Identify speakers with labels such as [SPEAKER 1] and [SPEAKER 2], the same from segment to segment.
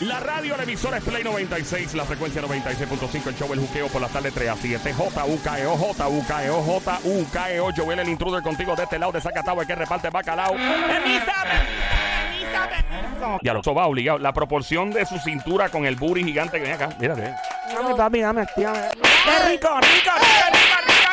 [SPEAKER 1] La radio, la emisora es Play 96, la frecuencia 96.5, el show El Juqueo por la tarde 3 a 7. J-U-K-E-O, J-U-K-E-O, J-U-K-E-O. Joel, el intruder contigo de este lado de Zacatau, el que reparte bacalao. ¡Permisa, permisa, permisa! Ya lo eso va obligado. La proporción de su cintura con el booty gigante que viene acá. Mira, mira.
[SPEAKER 2] Dame, papi, dame, tíame. ¡Qué rico, rico, rico, rico, rico, rico!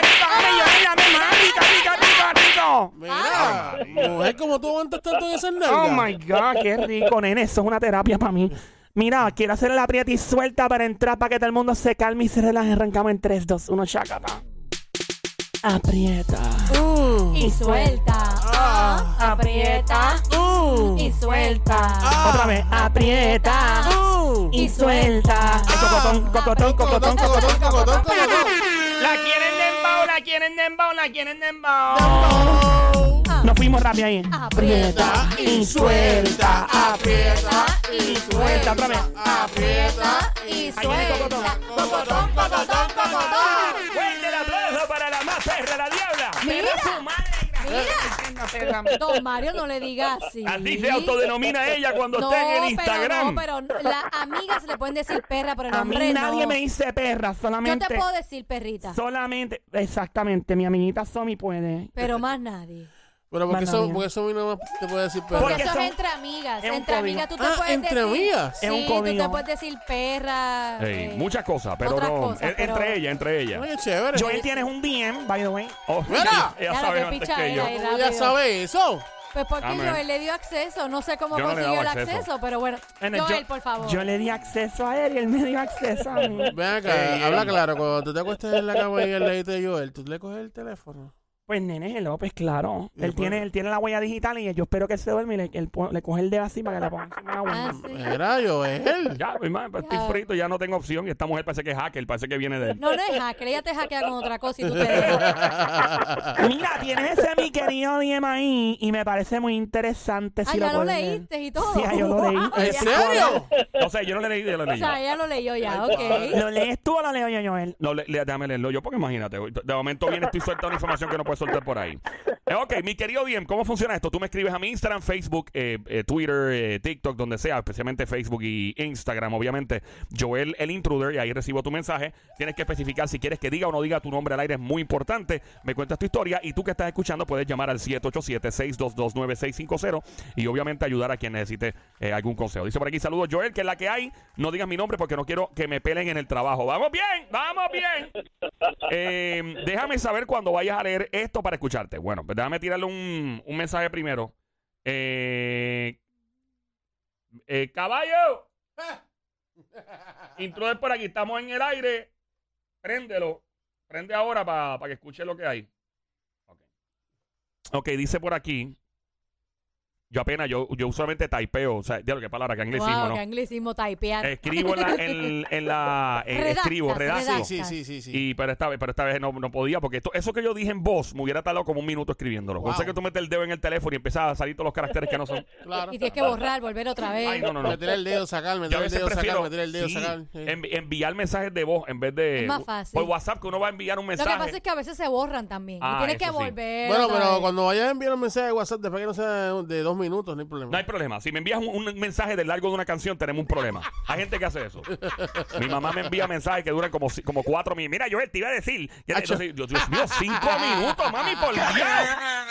[SPEAKER 2] rico, ¡Dame, Joel, dame más! ¡Rico, rico, rico, rico!
[SPEAKER 3] Mira, mujer, como tú aguantas tanto de esas nalgas?
[SPEAKER 2] Oh my God, qué rico, nene. Eso es una terapia para mí. Mira, quiero hacer la prieta y suelta para entrar para que todo el mundo se calme y se relaje. Arrancamos en 3, 2, 1, chacata. Aprieta.
[SPEAKER 3] Uh,
[SPEAKER 4] Y suelta. Ah, aprieta.
[SPEAKER 3] uh,
[SPEAKER 4] Y suelta.
[SPEAKER 3] ah,
[SPEAKER 2] Otra vez, aprieta.
[SPEAKER 3] uh.
[SPEAKER 2] Y suelta. Ay, Cocotón, cocotón, cocotón,
[SPEAKER 3] Cocotón,
[SPEAKER 2] cocotón.
[SPEAKER 3] cocotón, cocotón, cocotón.
[SPEAKER 2] La quieren dembow, la quieren dembow, la quieren dembow. Nos fuimos rápido ahí.
[SPEAKER 4] Aprieta.
[SPEAKER 3] Y suelta, aprieta y
[SPEAKER 2] Suelta otra vez.
[SPEAKER 3] aprieta.
[SPEAKER 4] Y
[SPEAKER 2] Ahí viene Cocotón.
[SPEAKER 4] suelta.
[SPEAKER 3] Cocotón, cocotón, cocotón.
[SPEAKER 1] Fuerte el aplauso para la más perra, la diabla.
[SPEAKER 4] Mira, don Mario, no le diga así.
[SPEAKER 1] Así se autodenomina ella cuando
[SPEAKER 4] No,
[SPEAKER 1] esté en el
[SPEAKER 4] pero no,
[SPEAKER 1] Instagram.
[SPEAKER 4] pero las amigas le pueden decir perra, pero el
[SPEAKER 2] A mí
[SPEAKER 4] hombre
[SPEAKER 2] nadie
[SPEAKER 4] no.
[SPEAKER 2] me dice perra,
[SPEAKER 4] Yo
[SPEAKER 2] solamente.
[SPEAKER 4] te puedo decir perrita,
[SPEAKER 2] Solamente, exactamente, mi amiguita Somi puede.
[SPEAKER 4] pero más nadie.
[SPEAKER 3] Pero porque
[SPEAKER 2] Mano
[SPEAKER 3] eso,
[SPEAKER 2] mía.
[SPEAKER 3] porque eso a mí nada más te puede decir perra.
[SPEAKER 4] Porque,
[SPEAKER 2] Porque
[SPEAKER 4] eso
[SPEAKER 2] son-
[SPEAKER 4] es entre amigas.
[SPEAKER 2] es un
[SPEAKER 4] Entre
[SPEAKER 2] código.
[SPEAKER 4] amigas tú te
[SPEAKER 3] Ah,
[SPEAKER 4] puedes
[SPEAKER 3] entre
[SPEAKER 4] decir.
[SPEAKER 3] amigas.
[SPEAKER 4] Sí,
[SPEAKER 2] Es un
[SPEAKER 4] tú te
[SPEAKER 2] código.
[SPEAKER 4] puedes decir perra.
[SPEAKER 1] Ey,
[SPEAKER 4] eh,
[SPEAKER 1] muchas cosas, pero
[SPEAKER 4] otras
[SPEAKER 1] no.
[SPEAKER 4] cosas,
[SPEAKER 1] En-
[SPEAKER 4] pero-
[SPEAKER 1] Entre ella, entre ella.
[SPEAKER 3] Oye, chévere.
[SPEAKER 2] Joel, tienes un DM, by the way.
[SPEAKER 1] Oh,
[SPEAKER 3] Mira.
[SPEAKER 1] Ella
[SPEAKER 4] Ya,
[SPEAKER 1] sabe
[SPEAKER 4] la que
[SPEAKER 1] antes
[SPEAKER 4] picha
[SPEAKER 1] que yo.
[SPEAKER 4] era, era.
[SPEAKER 3] ¿Cómo ya
[SPEAKER 4] rápido.
[SPEAKER 3] sabe eso?
[SPEAKER 4] Pues porque
[SPEAKER 1] Amén.
[SPEAKER 4] Joel le dio acceso. No sé cómo
[SPEAKER 1] Yo no le he
[SPEAKER 4] consiguió el
[SPEAKER 1] dado
[SPEAKER 4] acceso.
[SPEAKER 1] acceso.
[SPEAKER 4] pero bueno.
[SPEAKER 2] Nene,
[SPEAKER 4] Joel,
[SPEAKER 2] yo-
[SPEAKER 4] por favor.
[SPEAKER 2] Yo le di acceso a él y él me dio acceso a mí.
[SPEAKER 3] Ven acá,
[SPEAKER 1] Ey,
[SPEAKER 3] habla
[SPEAKER 1] ey.
[SPEAKER 3] claro. Cuando tú te acuestes en este la cama y al ladito de Joel, tú le coges el teléfono.
[SPEAKER 2] Pues nene López, claro.
[SPEAKER 3] Y
[SPEAKER 2] Él
[SPEAKER 3] después-
[SPEAKER 2] tiene, él tiene la huella digital y yo espero que él se duerme y le, él po- le coge el dedo así para que le ponga encima de la huella.
[SPEAKER 4] Ah, sí.
[SPEAKER 3] Era Joel.
[SPEAKER 1] Ya, mi madre, estoy
[SPEAKER 4] Ya.
[SPEAKER 1] frito, ya no tengo opción. Y esta mujer parece que es hacker, parece que viene de él.
[SPEAKER 4] No, no es hacker. Ella te hackea con otra cosa y tú te dejas.
[SPEAKER 2] Mira, tienes ese mi querido DM ahí y me parece muy interesante.
[SPEAKER 4] Ah,
[SPEAKER 2] si
[SPEAKER 4] ya lo
[SPEAKER 2] puedes leer.
[SPEAKER 4] leíste y todo. Ah,
[SPEAKER 2] Sí, ya yo lo leí.
[SPEAKER 3] ¿En serio?
[SPEAKER 1] No sé, yo no le leí de la
[SPEAKER 4] O sea,
[SPEAKER 1] leí.
[SPEAKER 4] ella lo leyó ya, ok.
[SPEAKER 2] ¿Lo lees tú o lo leo yo, Joel?
[SPEAKER 1] No, le, le- déjame leerlo yo, porque imagínate, de momento viene, estoy soltando información que no puedo soltar por ahí. Eh, ok, mi querido Diem, ¿cómo funciona esto? Tú me escribes a mi Instagram, Facebook, eh, eh, Twitter, eh, TikTok, donde sea, especialmente Facebook y Instagram, obviamente. Joel el Intruder, y ahí recibo tu mensaje. Tienes que especificar si quieres que diga o no diga tu nombre al aire, es muy importante. Me cuentas tu historia y tú que estás escuchando puedes llamar al 787-622-9650 y obviamente ayudar a quien necesite eh, algún consejo. Dice por aquí, saludos Joel, que es la que hay. No digas mi nombre porque no quiero que me pelen en el trabajo. ¡Vamos bien! ¡Vamos bien! Eh, déjame saber cuando vayas a leer esto para escucharte. Bueno, pues déjame tirarle un, un mensaje primero. Eh, eh, caballo, intruder por aquí, estamos en el aire. Préndelo. Prende ahora para que escuche lo que hay. Ok, Ok, dice por aquí. Yo apenas, yo, yo usualmente taipeo. O sea, ya lo que palabra, que anglicismo,
[SPEAKER 4] Wow,
[SPEAKER 1] ¿no?
[SPEAKER 4] qué anglicismo typear.
[SPEAKER 1] Escribo en la. En, en la eh,
[SPEAKER 4] Redactas,
[SPEAKER 1] escribo, redacto.
[SPEAKER 4] redactas.
[SPEAKER 3] Sí, sí, sí, sí.
[SPEAKER 1] Y pero esta vez, pero esta vez no, no podía porque esto- eso que yo dije en voz me hubiera tardado como un minuto escribiéndolo.
[SPEAKER 3] Wow.
[SPEAKER 1] Yo sé que tú metes el dedo en el teléfono y empiezas a salir todos los caracteres que no son.
[SPEAKER 3] Claro.
[SPEAKER 4] Y tienes que borrar, volver otra vez.
[SPEAKER 1] Ay, no, no, no.
[SPEAKER 3] Meter el dedo, sacar,
[SPEAKER 1] Yo a
[SPEAKER 3] meter el
[SPEAKER 1] veces
[SPEAKER 3] dedo,
[SPEAKER 1] prefiero
[SPEAKER 3] sacar, meter el dedo,
[SPEAKER 1] sí,
[SPEAKER 3] sacar. Sí.
[SPEAKER 1] envi- enviar mensajes de voz en vez de
[SPEAKER 4] Es más fácil.
[SPEAKER 1] por WhatsApp que uno va a enviar un
[SPEAKER 4] Lo
[SPEAKER 1] mensaje.
[SPEAKER 4] que pasa es que a veces se borran también.
[SPEAKER 1] Ah,
[SPEAKER 4] y tienes que
[SPEAKER 1] eso sí.
[SPEAKER 4] volver.
[SPEAKER 3] Bueno,
[SPEAKER 4] otra
[SPEAKER 3] pero
[SPEAKER 4] vez.
[SPEAKER 3] cuando vayas a enviar un mensaje de WhatsApp, después que no sea de de dos minutos, no hay problema.
[SPEAKER 1] No hay problema. Si me envías un, un mensaje del largo de una canción, tenemos un problema. Hay gente que hace eso. Mi mamá me envía mensajes que duran como, ci- como cuatro minutos. Mira, Joel, te iba a decir. Y entonces, yo, Dios mío, cinco minutos, mami, por Dios.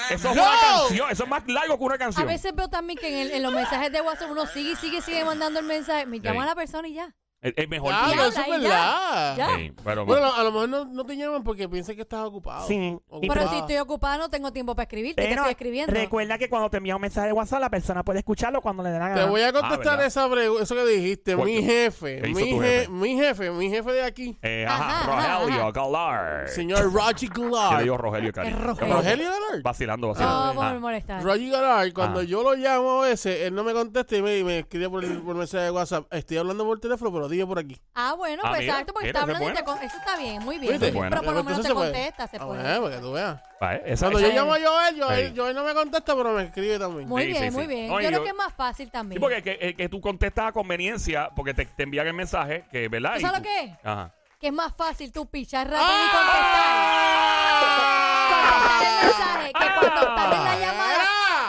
[SPEAKER 1] Eso es una
[SPEAKER 3] No.
[SPEAKER 1] canción. Eso es más largo que una
[SPEAKER 4] A
[SPEAKER 1] canción.
[SPEAKER 4] veces veo también que en, el- en los mensajes de WhatsApp uno sigue y sigue y sigue mandando el mensaje. Me llama
[SPEAKER 1] Sí.
[SPEAKER 4] a la persona y ya.
[SPEAKER 1] Es, es mejor.
[SPEAKER 3] Ah,
[SPEAKER 4] Y
[SPEAKER 3] pero
[SPEAKER 4] habla,
[SPEAKER 3] eso es
[SPEAKER 4] y ya,
[SPEAKER 3] verdad.
[SPEAKER 4] ya.
[SPEAKER 1] Sí, pero-
[SPEAKER 3] Bueno, ah, a lo mejor no, no te llaman porque piensan que estás ocupado.
[SPEAKER 2] Sí. Y
[SPEAKER 4] Pero
[SPEAKER 2] Wow.
[SPEAKER 4] si estoy ocupada no tengo tiempo para escribirte. te
[SPEAKER 2] Pero
[SPEAKER 4] estoy escribiendo.
[SPEAKER 2] recuerda que cuando te envía un mensaje de WhatsApp, la persona puede escucharlo cuando le dé la
[SPEAKER 3] Te
[SPEAKER 2] gana.
[SPEAKER 3] voy a
[SPEAKER 1] Ah,
[SPEAKER 3] contestar
[SPEAKER 1] ¿verdad?
[SPEAKER 3] esa pregu- eso que dijiste.
[SPEAKER 1] ¿Por
[SPEAKER 3] Mi
[SPEAKER 1] qué?
[SPEAKER 3] jefe,
[SPEAKER 1] ¿Qué hizo
[SPEAKER 3] mi,
[SPEAKER 1] tu
[SPEAKER 3] je-
[SPEAKER 1] jefe?
[SPEAKER 3] mi jefe, mi jefe de aquí.
[SPEAKER 1] Eh, ajá,
[SPEAKER 4] Ajá, ajá,
[SPEAKER 1] Rogelio
[SPEAKER 4] ajá.
[SPEAKER 1] Galar.
[SPEAKER 3] Señor Roger
[SPEAKER 1] Yo le
[SPEAKER 3] Galar.
[SPEAKER 1] digo Rogelio Cari.
[SPEAKER 4] Es Rogelio.
[SPEAKER 3] ¿Rogelio Galar?
[SPEAKER 1] Vacilando,
[SPEAKER 4] No,
[SPEAKER 1] vacilando.
[SPEAKER 4] por
[SPEAKER 1] Ah,
[SPEAKER 4] molestar.
[SPEAKER 3] Roger Galar, cuando
[SPEAKER 1] Ah.
[SPEAKER 3] yo lo llamo a veces, él no me contesta y me, me escribe por, el- por mensaje de WhatsApp. Estoy hablando por teléfono, pero dije por aquí.
[SPEAKER 4] Ah, bueno,
[SPEAKER 1] Ah,
[SPEAKER 4] pues
[SPEAKER 1] mira,
[SPEAKER 4] exacto, porque
[SPEAKER 1] mira,
[SPEAKER 4] está
[SPEAKER 1] ese es
[SPEAKER 4] hablando y te
[SPEAKER 1] bueno.
[SPEAKER 4] con- Eso está bien, muy bien.
[SPEAKER 3] ¿Viste?
[SPEAKER 4] Pero
[SPEAKER 1] Bueno.
[SPEAKER 4] por lo menos
[SPEAKER 3] Entonces
[SPEAKER 4] te
[SPEAKER 3] se puede.
[SPEAKER 4] contesta, se
[SPEAKER 3] Ah,
[SPEAKER 4] puede.
[SPEAKER 3] bueno, para que tú veas.
[SPEAKER 1] ah, esa-
[SPEAKER 3] Cuando
[SPEAKER 1] esa-
[SPEAKER 3] yo llamo a Joel, Joel,
[SPEAKER 1] Sí.
[SPEAKER 3] Joel no me contesta, pero me escribe también.
[SPEAKER 4] Muy
[SPEAKER 1] Sí, sí,
[SPEAKER 4] bien,
[SPEAKER 1] sí.
[SPEAKER 4] muy bien.
[SPEAKER 1] No, y yo-
[SPEAKER 4] yo, creo que es más fácil también.
[SPEAKER 1] Sí, porque es que, es que tú contestas a conveniencia porque te, te envían el mensaje, que, ¿verdad?
[SPEAKER 4] ¿Tú
[SPEAKER 1] Y
[SPEAKER 4] sabes lo
[SPEAKER 1] tú-
[SPEAKER 4] que es?
[SPEAKER 1] Ajá.
[SPEAKER 4] Que es más fácil tú pichar rápido y contestar.
[SPEAKER 1] Ah.
[SPEAKER 4] Contestar el mensaje que cuando estás en la llamada.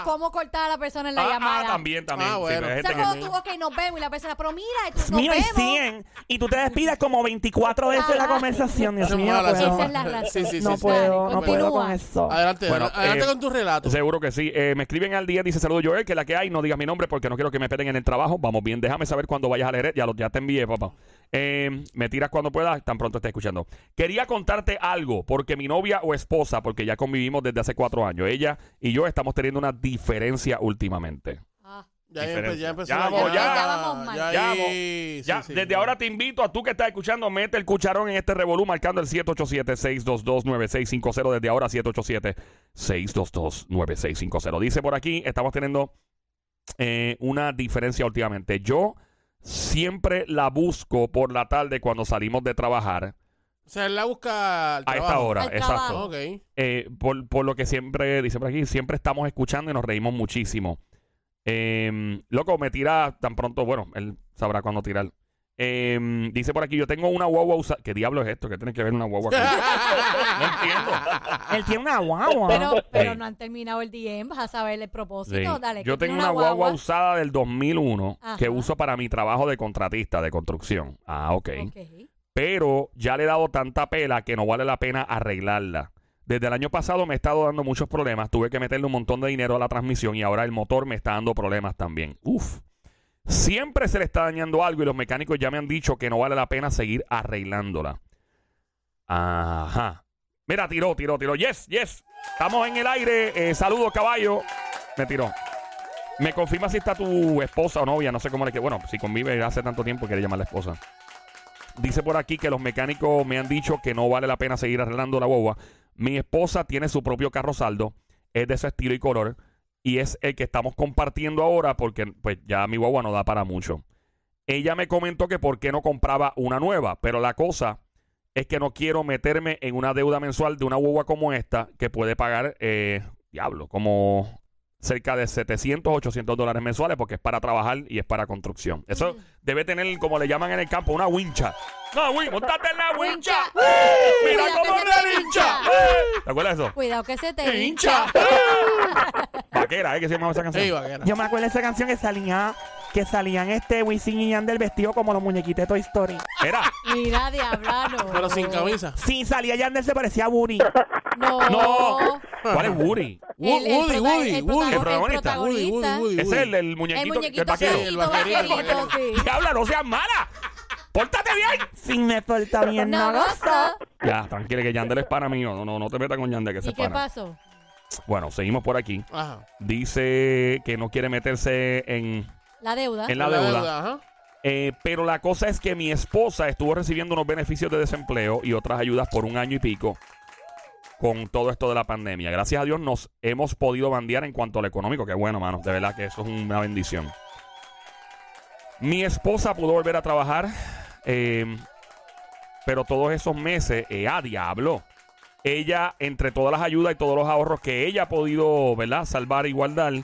[SPEAKER 4] cómo cortar a la persona en la
[SPEAKER 1] Ah, ah,
[SPEAKER 4] llamada.
[SPEAKER 1] también, también.
[SPEAKER 3] Ah,
[SPEAKER 1] Sí,
[SPEAKER 3] bueno.
[SPEAKER 1] hay
[SPEAKER 4] O
[SPEAKER 1] gente
[SPEAKER 4] sea,
[SPEAKER 1] que-
[SPEAKER 4] cuando tú, ok, nos vemos y la persona, pero mira, nos
[SPEAKER 2] mío y
[SPEAKER 4] vemos.
[SPEAKER 1] eh.
[SPEAKER 2] 100 y tú te despidas como 24 veces de la
[SPEAKER 4] Ajá.
[SPEAKER 2] conversación. Dios
[SPEAKER 3] Eso es
[SPEAKER 2] mío,
[SPEAKER 3] mala,
[SPEAKER 2] no
[SPEAKER 4] Esa
[SPEAKER 2] puedo.
[SPEAKER 4] es la razón.
[SPEAKER 3] Sí, sí, sí,
[SPEAKER 2] no
[SPEAKER 3] sí.
[SPEAKER 2] puedo,
[SPEAKER 4] Dale,
[SPEAKER 2] no puedo
[SPEAKER 4] continúa.
[SPEAKER 2] con eso.
[SPEAKER 3] Adelante,
[SPEAKER 1] Bueno,
[SPEAKER 3] adelante
[SPEAKER 1] eh,
[SPEAKER 3] con tu relato.
[SPEAKER 1] Seguro que sí. Eh, me escriben al día, dice saludo Joel, que la que hay, no digas mi nombre porque no quiero que me peten en el trabajo. Vamos bien, déjame saber cuando vayas a leer. Ya, lo, ya te envié, papá. Eh, me tiras cuando puedas, tan pronto estés escuchando. Quería contarte algo, porque mi novia o esposa, porque ya convivimos desde hace cuatro años, ella y yo estamos teniendo una diferencia últimamente.
[SPEAKER 4] Ah,
[SPEAKER 3] Ya, empe-
[SPEAKER 1] Diferencia.
[SPEAKER 3] ya empezó.
[SPEAKER 1] Ya
[SPEAKER 3] la-
[SPEAKER 1] vamos, ya.
[SPEAKER 4] Ya vamos mal.
[SPEAKER 1] Ya
[SPEAKER 3] ahí-
[SPEAKER 1] vamos.
[SPEAKER 3] sí,
[SPEAKER 1] ya,
[SPEAKER 3] sí,
[SPEAKER 1] desde
[SPEAKER 3] ya.
[SPEAKER 1] ahora te invito a tú que estás escuchando, mete el cucharón en este revolú marcando el 787-622-9650. Desde ahora, 787-622-9650. Dice por aquí, estamos teniendo eh, una diferencia últimamente. Yo siempre la busco por la tarde cuando salimos de trabajar.
[SPEAKER 3] O sea, él la busca al
[SPEAKER 1] A esta
[SPEAKER 3] trabajo.
[SPEAKER 1] hora,
[SPEAKER 4] Al
[SPEAKER 1] exacto.
[SPEAKER 4] trabajo.
[SPEAKER 3] Ok.
[SPEAKER 1] Eh, por, por lo que siempre dice por aquí, siempre estamos escuchando y nos reímos muchísimo. Eh, loco, me tira tan pronto, bueno, él sabrá cuándo tirar. Eh, dice por aquí, yo tengo una guagua usa- ¿Qué diablo es esto? ¿Qué tiene que ver una guagua? con- no entiendo.
[SPEAKER 2] Él tiene una guagua.
[SPEAKER 4] pero, pero
[SPEAKER 1] Ey.
[SPEAKER 4] no han terminado el DM, vas a saber el propósito.
[SPEAKER 1] Sí.
[SPEAKER 4] Dale,
[SPEAKER 1] yo
[SPEAKER 4] que
[SPEAKER 1] tengo
[SPEAKER 4] tiene
[SPEAKER 1] una guagua, usada del 2001 que
[SPEAKER 4] Ajá.
[SPEAKER 1] uso para mi trabajo de contratista de construcción. Ah, ok.
[SPEAKER 4] Ok.
[SPEAKER 1] pero ya le he dado tanta pela que no vale la pena arreglarla. Desde el año pasado me he estado dando muchos problemas, tuve que meterle un montón de dinero a la transmisión y ahora el motor me está dando problemas también. Uf. Siempre se le está dañando algo y los mecánicos ya me han dicho que no vale la pena seguir arreglándola. Ajá. Mira, tiró, tiró, tiró. Yes, yes. Estamos en el aire. Eh, Saludos, caballo. Me tiró. Me confirma si está tu esposa o novia, no sé cómo le que. Bueno, si convive hace tanto tiempo, quiere llamar a la esposa. Dice por aquí que los mecánicos me han dicho que no vale la pena seguir arreglando la boba. Mi esposa tiene su propio carro saldo, es de su estilo y color, y es el que estamos compartiendo ahora porque pues ya mi guagua no da para mucho. Ella me comentó que por qué no compraba una nueva, pero la cosa es que no quiero meterme en una deuda mensual de una guagua como esta que puede pagar, eh, diablo, como cerca de 700, 800 dólares mensuales porque es para trabajar y es para construcción.
[SPEAKER 4] Mm.
[SPEAKER 1] Eso debe tener, como le llaman en el campo, una wincha.
[SPEAKER 2] eh,
[SPEAKER 1] No, win, montate en la wincha.
[SPEAKER 4] Wincha.
[SPEAKER 1] Mira
[SPEAKER 4] Cuidado
[SPEAKER 1] cómo
[SPEAKER 4] que se
[SPEAKER 1] la
[SPEAKER 4] te
[SPEAKER 1] hincha.
[SPEAKER 4] hincha.
[SPEAKER 1] ¿Te acuerdas de eso?
[SPEAKER 4] Cuidado que se te hincha.
[SPEAKER 1] Vaquera, ¿eh? Que se llamaba esa canción.
[SPEAKER 3] Sí, vaquera.
[SPEAKER 2] Yo me acuerdo de esa canción que salía que salían este Wisin y Yandel vestido como los muñequitos de Toy Story.
[SPEAKER 1] Era.
[SPEAKER 4] Mira, diablano.
[SPEAKER 3] Pero sin camisa.
[SPEAKER 2] Sí, salía Yandel se parecía a Buri.
[SPEAKER 4] No.
[SPEAKER 1] No. ¿Cuál es Woody?
[SPEAKER 4] El- el
[SPEAKER 3] Woody,
[SPEAKER 4] prota-
[SPEAKER 3] Woody,
[SPEAKER 4] el
[SPEAKER 3] Woody.
[SPEAKER 1] El
[SPEAKER 4] protago-
[SPEAKER 1] protagonista.
[SPEAKER 3] Woody, Woody, Woody.
[SPEAKER 1] Ese es el, el
[SPEAKER 4] El
[SPEAKER 1] muñequito,
[SPEAKER 4] muñequito
[SPEAKER 1] el vaquero.
[SPEAKER 4] sí,
[SPEAKER 3] El
[SPEAKER 4] el
[SPEAKER 3] vaquerito,
[SPEAKER 4] vaquerito, sí.
[SPEAKER 1] Diabla, no seas mala. Pórtate bien.
[SPEAKER 2] Si me falta bien
[SPEAKER 4] No
[SPEAKER 2] nada.
[SPEAKER 4] goza.
[SPEAKER 1] Ya, tranquila, que Yandel es pana mío. No, no, no te metas con Yandel, que ese
[SPEAKER 4] ¿Y
[SPEAKER 1] es
[SPEAKER 4] qué
[SPEAKER 1] pana.
[SPEAKER 4] pasó?
[SPEAKER 1] Bueno, seguimos por aquí.
[SPEAKER 3] Ajá.
[SPEAKER 1] Dice que no quiere meterse en,
[SPEAKER 4] La deuda.
[SPEAKER 1] en la
[SPEAKER 3] La
[SPEAKER 1] deuda.
[SPEAKER 3] ajá.
[SPEAKER 1] Eh, pero la cosa es que mi esposa estuvo recibiendo unos beneficios de desempleo y otras ayudas por un año y pico con todo esto de la pandemia. Gracias a Dios nos hemos podido bandear en cuanto al económico. Que bueno, mano. De verdad que eso es una bendición. Mi esposa pudo volver a trabajar, eh, pero todos esos meses, eh, ¡ah, diablo! Ella, entre todas las ayudas y todos los ahorros que ella ha podido, ¿verdad?, salvar y guardar,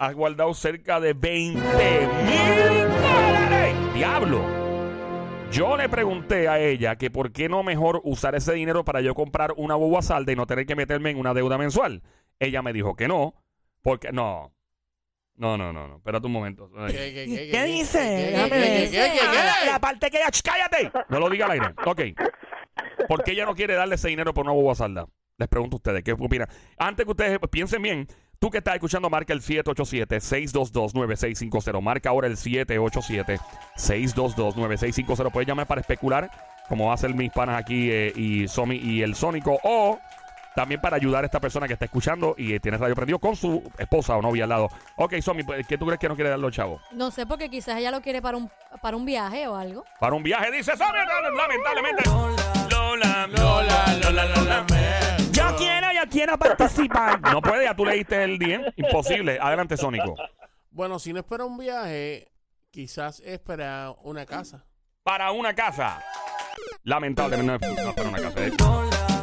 [SPEAKER 1] ha guardado cerca de 20 mil dólares. ¡Diablo! Yo le pregunté a ella que por qué no mejor usar ese dinero para yo comprar una boba salda y no tener que meterme en una deuda mensual. Ella me dijo que no, porque no. No, no, no, no. Espérate un momento. Ay.
[SPEAKER 2] ¿Qué dice? Déjame
[SPEAKER 3] ¿Qué,
[SPEAKER 4] ver.
[SPEAKER 3] qué, qué, qué,
[SPEAKER 2] Ah,
[SPEAKER 3] qué?
[SPEAKER 2] La parte que ella ch-
[SPEAKER 1] ¡Cállate! No lo diga al aire. Ok. ¿Por qué ella no quiere darle ese dinero por una boba salda? Les pregunto a ustedes, ¿qué opinan? Antes que ustedes piensen bien, tú que estás escuchando, marca el 787-622-9650. Marca ahora el 787-622-9650. Puedes llamar para especular, como hacen mis panas aquí eh, y, Somi, y el Sónico, o también para ayudar a esta persona que está escuchando y eh, tiene radio prendido con su esposa o novia al lado. Ok, Somi, pues, ¿qué tú crees que no quiere dar los chavos?
[SPEAKER 4] No sé, porque quizás ella lo quiere para un, para un viaje o algo.
[SPEAKER 1] Para un viaje, dice Somi, lamentablemente. Lola,
[SPEAKER 3] Lola, Lola, Lola, me-
[SPEAKER 2] Yo quiero, yo quiero participar.
[SPEAKER 1] No puede, ya tú leíste el DM. Imposible. Adelante, Sónico.
[SPEAKER 3] Bueno, si no espera un viaje, quizás es para una casa.
[SPEAKER 1] Para una casa. Lamentablemente no es no es para una casa. eh.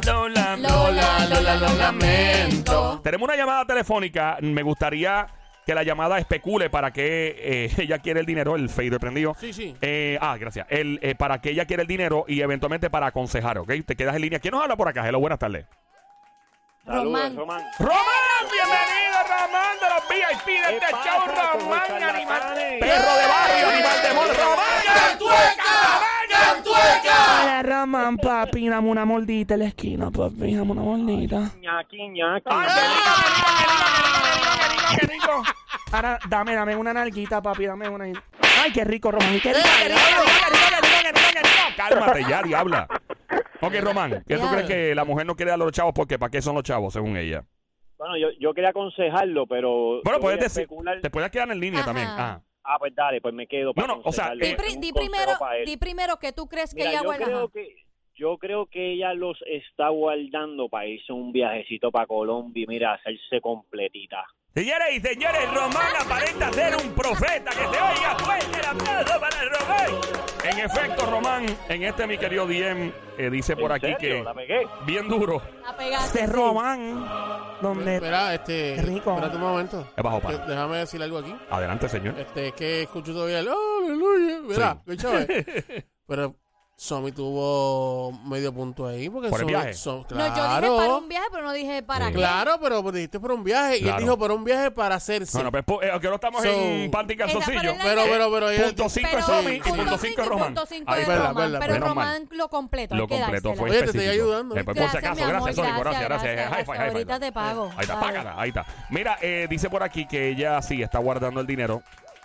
[SPEAKER 4] Lola, Lola, lo lamento.
[SPEAKER 1] Tenemos una llamada telefónica. Me gustaría que la llamada especule para que eh, ella quiere el dinero, el fader prendido.
[SPEAKER 3] Sí, sí.
[SPEAKER 1] Eh, ah, gracias. El, eh, para que ella quiera el dinero y eventualmente para aconsejar, ¿ok? Te quedas en línea. ¿Quién nos habla por acá? Hello, buenas tardes.
[SPEAKER 5] Saludos,
[SPEAKER 4] Román.
[SPEAKER 5] Román.
[SPEAKER 1] ¡Román! ¡Bienvenido, Román de los VIP de este
[SPEAKER 5] pasa
[SPEAKER 1] show,
[SPEAKER 5] con los
[SPEAKER 1] Román,
[SPEAKER 5] charlatanes?
[SPEAKER 1] animal, perro de barrio, animal de mono, Román, ¡Cantueca!
[SPEAKER 2] Hola, Ramón, papi, dame una mordita en la esquina, papi, dame una mordita.
[SPEAKER 5] Ñaqui, ñaqui.
[SPEAKER 1] ¡Ay, qué rico, qué rico, qué rico, qué rico, qué rico, qué rico!
[SPEAKER 2] Ahora, dame, dame una nalguita, papi, dame una. Ay, qué rico, Román, qué rico, qué rico, qué rico, qué rico, qué rico, qué rico.
[SPEAKER 1] Cálmate ya, diabla. Ok, Román, ¿qué tú
[SPEAKER 4] Diablo.
[SPEAKER 1] crees que la mujer no quiere a los chavos? Porque ¿para qué son los chavos, según ella?
[SPEAKER 5] Bueno, yo, yo quería aconsejarlo, pero.
[SPEAKER 1] Bueno,
[SPEAKER 5] yo voy
[SPEAKER 1] puedes
[SPEAKER 5] a
[SPEAKER 1] decir,
[SPEAKER 5] especular.
[SPEAKER 1] te puedes quedar en línea
[SPEAKER 4] Ajá.
[SPEAKER 1] también. Ah.
[SPEAKER 5] Ah, pues dale, pues me quedo. para
[SPEAKER 1] No, no, o sea,
[SPEAKER 5] aconsejarle
[SPEAKER 4] Di, pri-
[SPEAKER 5] un
[SPEAKER 4] di
[SPEAKER 5] consejo
[SPEAKER 4] primero,
[SPEAKER 5] para él.
[SPEAKER 4] di primero que tú crees que
[SPEAKER 5] Mira,
[SPEAKER 4] ella
[SPEAKER 5] yo
[SPEAKER 4] guarda.
[SPEAKER 5] creo
[SPEAKER 4] ajá.
[SPEAKER 5] que yo creo que ella los está guardando para irse un viajecito para Colombia y mira, hacerse completita.
[SPEAKER 1] Señores y señores, Román aparenta ser un profeta. Que se oiga fuerte el aplauso para Román. En efecto, Román, en este mi querido DM eh, dice por
[SPEAKER 5] ¿En
[SPEAKER 1] aquí
[SPEAKER 5] serio?
[SPEAKER 1] que
[SPEAKER 5] ¿La pegué?
[SPEAKER 1] bien duro.
[SPEAKER 4] La pegaste,
[SPEAKER 2] Este
[SPEAKER 4] sí.
[SPEAKER 2] Román, donde.
[SPEAKER 3] Espera, este.
[SPEAKER 2] Qué rico.
[SPEAKER 3] Espérate un momento.
[SPEAKER 1] Es bajo
[SPEAKER 3] Que-
[SPEAKER 1] palo.
[SPEAKER 3] Déjame decir algo aquí.
[SPEAKER 1] Adelante, señor.
[SPEAKER 3] Este, es que escucho todavía el aleluya. Mira, escúchame. Pero Somi tuvo medio punto ahí. Porque
[SPEAKER 1] Por el
[SPEAKER 3] Somi-
[SPEAKER 1] viaje.
[SPEAKER 3] Som-
[SPEAKER 4] No,
[SPEAKER 3] claro.
[SPEAKER 4] yo dije para un viaje, pero no dije para
[SPEAKER 1] Sí.
[SPEAKER 4] qué.
[SPEAKER 3] Claro, pero pues, dijiste por un viaje. Y
[SPEAKER 1] Claro. pues,
[SPEAKER 3] él dijo por un viaje para hacerse.
[SPEAKER 1] No, no, pero que no estamos
[SPEAKER 3] So-
[SPEAKER 1] en panty y calzoncillo.
[SPEAKER 4] Esa-
[SPEAKER 3] pero, pero, pero. eh, ella-
[SPEAKER 1] Punto cinco
[SPEAKER 4] Pero
[SPEAKER 1] es Somi y
[SPEAKER 3] sí.
[SPEAKER 1] punto cinco es Román.
[SPEAKER 4] punto cinco
[SPEAKER 1] Ahí
[SPEAKER 4] es
[SPEAKER 1] está.
[SPEAKER 3] Verla,
[SPEAKER 4] Román,
[SPEAKER 3] verla,
[SPEAKER 4] pero
[SPEAKER 1] menos mal.
[SPEAKER 4] Román lo completo. hay
[SPEAKER 1] Lo
[SPEAKER 4] que
[SPEAKER 1] completo
[SPEAKER 4] dársela.
[SPEAKER 1] fue
[SPEAKER 3] Oye, te estoy
[SPEAKER 1] específico.
[SPEAKER 3] ayudando.
[SPEAKER 1] Eh, pues, por si
[SPEAKER 4] Gracias, mi
[SPEAKER 1] acaso,
[SPEAKER 4] amor,
[SPEAKER 1] gracias, Sony,
[SPEAKER 4] gracias,
[SPEAKER 1] gracias, gracias.
[SPEAKER 4] gracias,
[SPEAKER 1] High five, high five.
[SPEAKER 4] ahorita te pago. Ah.
[SPEAKER 1] Ahí está,
[SPEAKER 4] Dale.
[SPEAKER 1] págala, ahí está. Mira, eh, dice por aquí que ella sí está guardando el dinero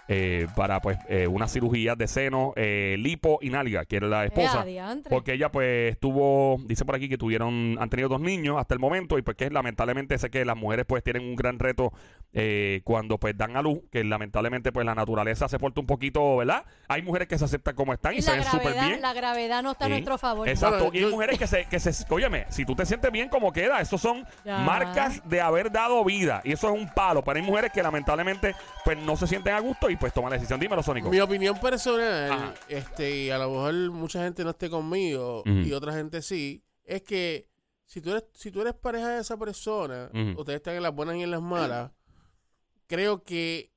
[SPEAKER 1] eh, para pues eh, una cirugía de seno, eh, lipo y nalga, que era la
[SPEAKER 4] Eh,
[SPEAKER 1] esposa.
[SPEAKER 4] adiantre.
[SPEAKER 1] porque ella pues tuvo, dice por aquí que tuvieron, han tenido dos niños hasta el momento y pues que lamentablemente sé que las mujeres pues tienen un gran reto eh, cuando pues dan a luz, que lamentablemente pues la naturaleza se porta un poquito, ¿verdad? Hay mujeres que se aceptan como están y,
[SPEAKER 4] Y
[SPEAKER 1] se
[SPEAKER 4] la
[SPEAKER 1] ven súper
[SPEAKER 4] gravedad,
[SPEAKER 1] bien.
[SPEAKER 4] la gravedad no está a
[SPEAKER 1] Sí.
[SPEAKER 4] nuestro favor.
[SPEAKER 1] Exacto.
[SPEAKER 3] Bueno,
[SPEAKER 1] Y hay
[SPEAKER 3] yo-
[SPEAKER 1] mujeres que se, que se. Óyeme, si tú te sientes bien como queda, esos son
[SPEAKER 4] Ya.
[SPEAKER 1] marcas de haber dado vida. Y eso es un palo. Pero hay mujeres que lamentablemente pues no se sienten a gusto y pues toman la decisión. Dímelo, Sónico.
[SPEAKER 3] Mi opinión personal,
[SPEAKER 1] Ajá.
[SPEAKER 3] este, y a lo mejor mucha gente no esté conmigo
[SPEAKER 1] Ujú.
[SPEAKER 3] y otra gente sí, es que si tú eres, si tú eres pareja de esa persona,
[SPEAKER 1] Ujú.
[SPEAKER 3] ustedes están en las buenas y en las malas, creo que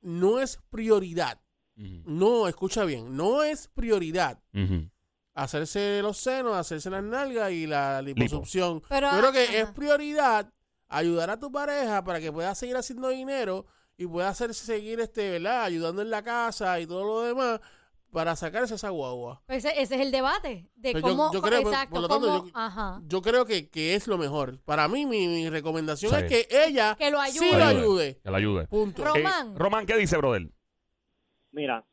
[SPEAKER 3] no es prioridad,
[SPEAKER 1] Ujú,
[SPEAKER 3] no, escucha bien, no es prioridad
[SPEAKER 1] ujú.
[SPEAKER 3] hacerse los senos, hacerse las nalgas y la liposucción.
[SPEAKER 4] Pero,
[SPEAKER 3] Yo creo que
[SPEAKER 4] ajá.
[SPEAKER 3] es prioridad ayudar a tu pareja para que pueda seguir haciendo dinero y pueda hacer seguir este, ¿verdad? Ayudando en la casa y todo lo demás para sacarse esa guagua.
[SPEAKER 4] Pues ese, ese es el debate de
[SPEAKER 3] Pero yo-
[SPEAKER 4] cómo
[SPEAKER 3] yo creo que, por-
[SPEAKER 4] exacto,
[SPEAKER 3] por lo tanto,
[SPEAKER 4] cómo-
[SPEAKER 3] yo-
[SPEAKER 4] ajá.
[SPEAKER 3] Yo creo que, que es lo mejor. Para mí, mi, mi recomendación
[SPEAKER 1] Sí.
[SPEAKER 3] es que ella
[SPEAKER 4] Que lo ayude.
[SPEAKER 3] sí lo
[SPEAKER 1] Ayude.
[SPEAKER 3] ayude.
[SPEAKER 1] Que la ayude.
[SPEAKER 3] Punto.
[SPEAKER 4] Ro- Román.
[SPEAKER 1] Eh, Román, ¿qué dice, brother?
[SPEAKER 5] Mira,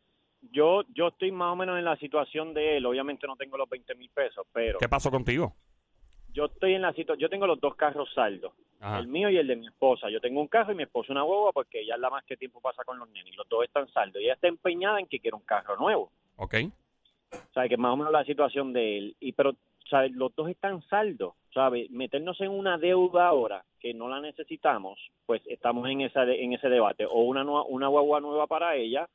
[SPEAKER 5] yo yo estoy más o menos en la situación de él. Obviamente no tengo los 20 mil pesos, pero
[SPEAKER 1] ¿Qué pasó contigo?
[SPEAKER 5] yo estoy en la situación. Yo tengo los dos carros saldos,
[SPEAKER 1] Ajá.
[SPEAKER 5] el mío y el de mi esposa. Yo tengo un carro y mi esposa una guagua porque ella es la más que tiempo pasa con los nenes. Los dos están saldos. Y ella está empeñada en que quiere un carro nuevo.
[SPEAKER 1] Ok.
[SPEAKER 5] ¿sabes? Que más o menos la situación de él. Y pero, ¿sabes? Los dos están saldos, ¿sabes? Meternos en una deuda ahora que no la necesitamos, pues estamos en esa de- en ese debate. O una nueva, una guagua nueva para ella,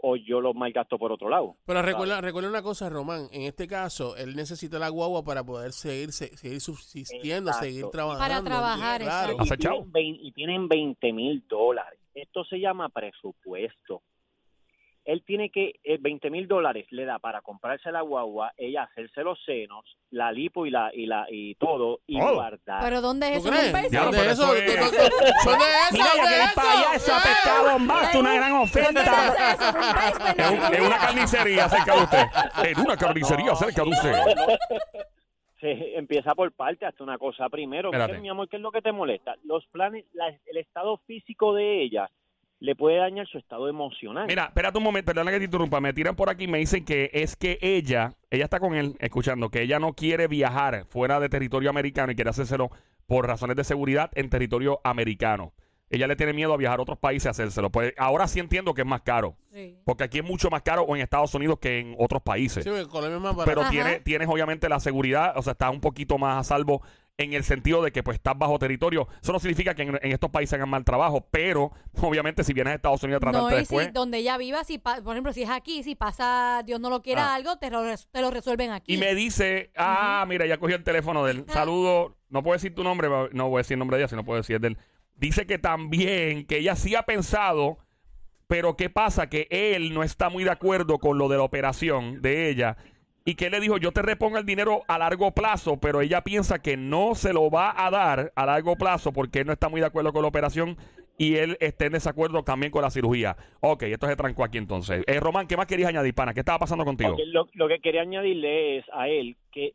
[SPEAKER 5] o yo los malgasto por otro lado.
[SPEAKER 3] Pero recuerda, recuerda una cosa, Román. En este caso, él necesita la guagua para poder seguir, se- seguir subsistiendo,
[SPEAKER 5] Exacto.
[SPEAKER 3] seguir trabajando.
[SPEAKER 4] Para trabajar,
[SPEAKER 3] claro.
[SPEAKER 1] exacto.
[SPEAKER 5] Y
[SPEAKER 1] Hace chao.
[SPEAKER 5] tienen, vein- y tienen 20 mil dólares. Esto se llama presupuesto. Él tiene que, eh, 20 mil dólares le da para comprarse la guagua, ella hacerse los senos, la lipo y la y la y todo, y
[SPEAKER 1] Todo.
[SPEAKER 5] guardar.
[SPEAKER 4] Pero ¿dónde es
[SPEAKER 3] ¿Tú
[SPEAKER 4] eso? ¿En un
[SPEAKER 3] crees? ¿Dónde
[SPEAKER 4] peso?
[SPEAKER 1] Diablo,
[SPEAKER 3] es
[SPEAKER 1] pero
[SPEAKER 3] eso? ¿Dónde
[SPEAKER 1] eso
[SPEAKER 3] es
[SPEAKER 1] es-
[SPEAKER 3] eso? ¿Dónde
[SPEAKER 2] Mira, lo que
[SPEAKER 3] es
[SPEAKER 2] es para allá,
[SPEAKER 3] eso?
[SPEAKER 2] eso apestado bombazo, una gran
[SPEAKER 4] ¿Dónde es
[SPEAKER 2] oferta.
[SPEAKER 4] eso? ¿En un basement?
[SPEAKER 1] En, un- en una carnicería cerca de usted. En una carnicería cerca de usted.
[SPEAKER 5] se empieza por parte hasta una cosa primero
[SPEAKER 1] Espérate.
[SPEAKER 5] ¿qué, mi amor qué es lo que te molesta los planes la- el estado físico de ella le puede dañar su estado emocional
[SPEAKER 1] Mira, espérate un momento, perdona que te interrumpa. Me tiran por aquí y me dicen que es que ella, ella está con él escuchando, que ella no quiere viajar fuera de territorio americano y quiere hacérselo por razones de seguridad en territorio americano. Ella le tiene miedo a viajar a otros países a hacérselo. Pues ahora sí entiendo que es más caro,
[SPEAKER 4] Sí.
[SPEAKER 1] porque aquí es mucho más caro o en Estados Unidos que en otros países.
[SPEAKER 3] Sí, me colé más barato.
[SPEAKER 1] Pero
[SPEAKER 4] Ajá.
[SPEAKER 1] tiene, tienes obviamente la seguridad, o sea, estás un poquito más a salvo en el sentido de que pues estás bajo territorio. Eso no significa que en, en estos países hagan mal trabajo, pero obviamente si vienes a Estados Unidos a
[SPEAKER 4] No,
[SPEAKER 1] tratarte
[SPEAKER 4] y
[SPEAKER 1] después...
[SPEAKER 4] si donde ella viva, si pa- por ejemplo, si es aquí, si pasa, Dios no lo quiera
[SPEAKER 1] Ah.
[SPEAKER 4] algo, te lo, res- te lo resuelven aquí.
[SPEAKER 1] Y me dice, ah, mira, ya cogió el teléfono del saludo. No puedo decir tu nombre, pero- no voy a decir el nombre de ella, sino puedo decir el del. Dice que también, que ella sí ha pensado, pero ¿qué pasa? Que él no está muy de acuerdo con lo de la operación de ella. y que él le dijo, yo te repongo el dinero a largo plazo, pero ella piensa que no se lo va a dar a largo plazo porque él no está muy de acuerdo con la operación y él está en desacuerdo también con la cirugía. Ok, esto se trancó aquí entonces. Eh, Román, ¿qué más querías añadir, pana? ¿Qué estaba pasando contigo?
[SPEAKER 5] Porque Lo, lo que quería añadirle es a él que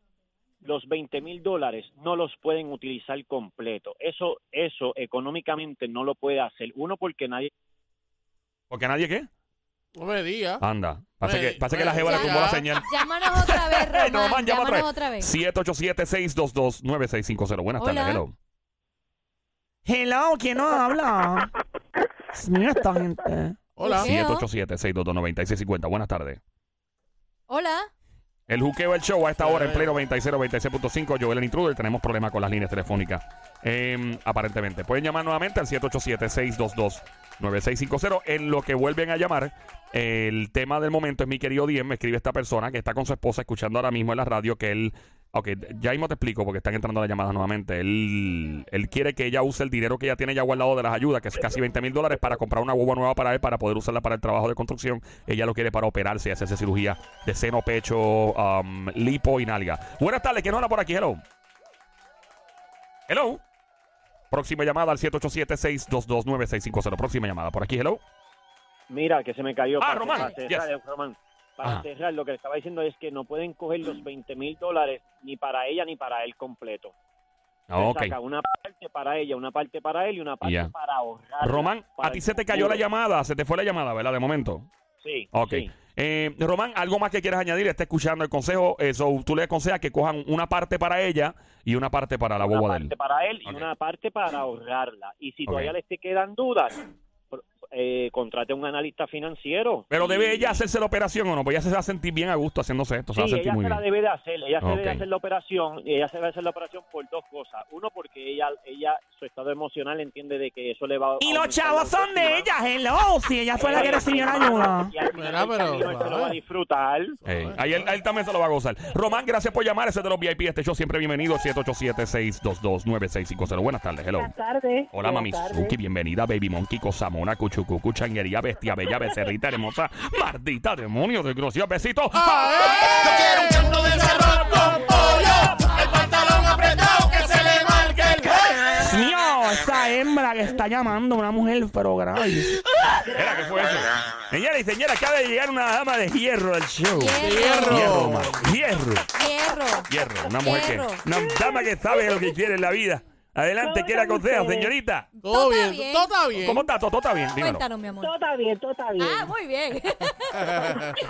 [SPEAKER 5] los 20 mil dólares no los pueden utilizar completo. Eso, eso económicamente no lo puede hacer. Uno, porque nadie
[SPEAKER 1] ¿Porque nadie qué?
[SPEAKER 3] No me digas.
[SPEAKER 4] Ah.
[SPEAKER 1] Anda. Parece que,
[SPEAKER 4] Pues,
[SPEAKER 3] Ey,
[SPEAKER 1] parece que la
[SPEAKER 3] ey,
[SPEAKER 1] jeva le tumbó la señal.
[SPEAKER 4] Llámanos otra vez,
[SPEAKER 1] Román,
[SPEAKER 4] Román.
[SPEAKER 1] llama otra
[SPEAKER 4] llámanos
[SPEAKER 1] vez.
[SPEAKER 4] otra vez.
[SPEAKER 1] 787-622-9650. Buenas
[SPEAKER 4] Hola.
[SPEAKER 1] tardes, hello.
[SPEAKER 2] Hello, ¿quién no habla? Mira esta gente.
[SPEAKER 3] Hola.
[SPEAKER 4] Sí.
[SPEAKER 1] 787-622-9650. Buenas tardes.
[SPEAKER 4] Hola.
[SPEAKER 1] El juqueo del show a esta hora en Play 96, 96.5. Joel el Intruder. Tenemos problemas con las líneas telefónicas. eh, aparentemente. Pueden llamar nuevamente al 787-622-9650. En lo que vuelven a llamar, el tema del momento es mi querido Diem. Me escribe esta persona que está con su esposa escuchando ahora mismo en la radio que él. Ok, ya mismo te explico porque están entrando las llamadas nuevamente. Él, él quiere que ella use el dinero que ella tiene ya guardado de las ayudas, que es casi 20 mil dólares, para comprar una guagua nueva para él, para poder usarla para el trabajo de construcción. Ella lo quiere para operarse y hacerse cirugía de seno, pecho, um, lipo y nalga. Buenas tardes, ¿quién habla por aquí? Hello. Hello. Próxima llamada al 787-622-9650. Próxima llamada por aquí, hello.
[SPEAKER 5] Mira, que se me cayó.
[SPEAKER 1] Ah,
[SPEAKER 5] para-
[SPEAKER 1] Román,
[SPEAKER 5] Para cerrar, eh, Román. Para
[SPEAKER 1] Ajá.
[SPEAKER 5] cerrar, lo que le estaba diciendo es que no pueden coger los 20 mil dólares ni para ella ni para él completo. Se
[SPEAKER 1] Ah, Ok.
[SPEAKER 5] saca una parte para ella, una parte para él y una parte
[SPEAKER 1] Ya.
[SPEAKER 5] para ahorrar.
[SPEAKER 1] Román, a ti se te cayó la llamada, se te fue la llamada, ¿verdad? De momento.
[SPEAKER 5] Sí.
[SPEAKER 1] Ok.
[SPEAKER 5] sí.
[SPEAKER 1] Eh, Román, ¿algo más que quieras añadir? Está escuchando el consejo. Eso, tú le aconsejas que cojan una parte para ella y una parte para la
[SPEAKER 5] Una
[SPEAKER 1] boba de
[SPEAKER 5] parte
[SPEAKER 1] él.
[SPEAKER 5] para él y
[SPEAKER 1] Ok.
[SPEAKER 5] una parte para ahorrarla. Y si todavía
[SPEAKER 1] Ok.
[SPEAKER 5] le te quedan dudas, pro- eh, contrate a un analista financiero.
[SPEAKER 1] Pero debe
[SPEAKER 5] Y-
[SPEAKER 1] ella hacerse la operación o no, pues ella se va a sentir bien a gusto haciéndose esto, se va a
[SPEAKER 5] Sí,
[SPEAKER 1] sentir
[SPEAKER 5] ella
[SPEAKER 1] muy
[SPEAKER 5] se
[SPEAKER 1] bien.
[SPEAKER 5] la debe de hacer, ella se debe de
[SPEAKER 1] Ok.
[SPEAKER 5] hacer la operación, y ella se debe hacer la operación por dos cosas. Uno, porque ella, ella su estado emocional entiende de que eso le va a...
[SPEAKER 2] Y
[SPEAKER 5] aumentar
[SPEAKER 2] los
[SPEAKER 5] la
[SPEAKER 2] chavos son de
[SPEAKER 5] autoestima.
[SPEAKER 2] ella, hello. Si ella fue la que recibió la ayuda.
[SPEAKER 5] Y al final
[SPEAKER 3] Mira,
[SPEAKER 5] del
[SPEAKER 3] pero,
[SPEAKER 5] camino él se lo
[SPEAKER 3] ¿sabes?
[SPEAKER 5] va a disfrutar.
[SPEAKER 1] Ey, Eh, ahí él, él también se lo va a gozar. Román, gracias por llamar. Ese es de los VIP. Este show siempre bienvenido. 787-622-9650. Buenas tardes. Hello.
[SPEAKER 6] Buenas tardes.
[SPEAKER 1] Hola, mami. Oh,
[SPEAKER 6] Buenas tardes.
[SPEAKER 1] Suki, bienvenida. Baby Monkey, Cosamona, Cuchucucu, Changuería, Bestia Bella, Becerrita Hermosa, Mardita, Demonio, Desgraciado, Besito.
[SPEAKER 3] Yo quiero un chando de cerrón con pollo. El pantalón apretado que se le marque el
[SPEAKER 2] Dios mío, esa hembra que está llamando una mujer, pero grave.
[SPEAKER 1] Era, ¿qué fue eso? Señora y señora, acaba de llegar una dama de hierro al show.
[SPEAKER 4] Hierro.
[SPEAKER 1] Hierro, ma. Hierro.
[SPEAKER 4] Hierro.
[SPEAKER 1] Hierro. Una mujer
[SPEAKER 4] Hierro.
[SPEAKER 1] que. Una dama que sabe lo que quiere en la vida. Adelante,
[SPEAKER 6] ¿Cómo
[SPEAKER 1] ¿qué le
[SPEAKER 6] están
[SPEAKER 1] aconseja,
[SPEAKER 6] ustedes?
[SPEAKER 1] señorita?
[SPEAKER 3] Todo
[SPEAKER 4] está
[SPEAKER 3] bien,
[SPEAKER 4] bien.
[SPEAKER 3] todo está bien.
[SPEAKER 1] ¿Cómo está? ¿Todo está bien? Dímelo.
[SPEAKER 4] Cuéntanos, mi amor.
[SPEAKER 6] Todo está bien, todo está bien.
[SPEAKER 4] Ah, muy bien.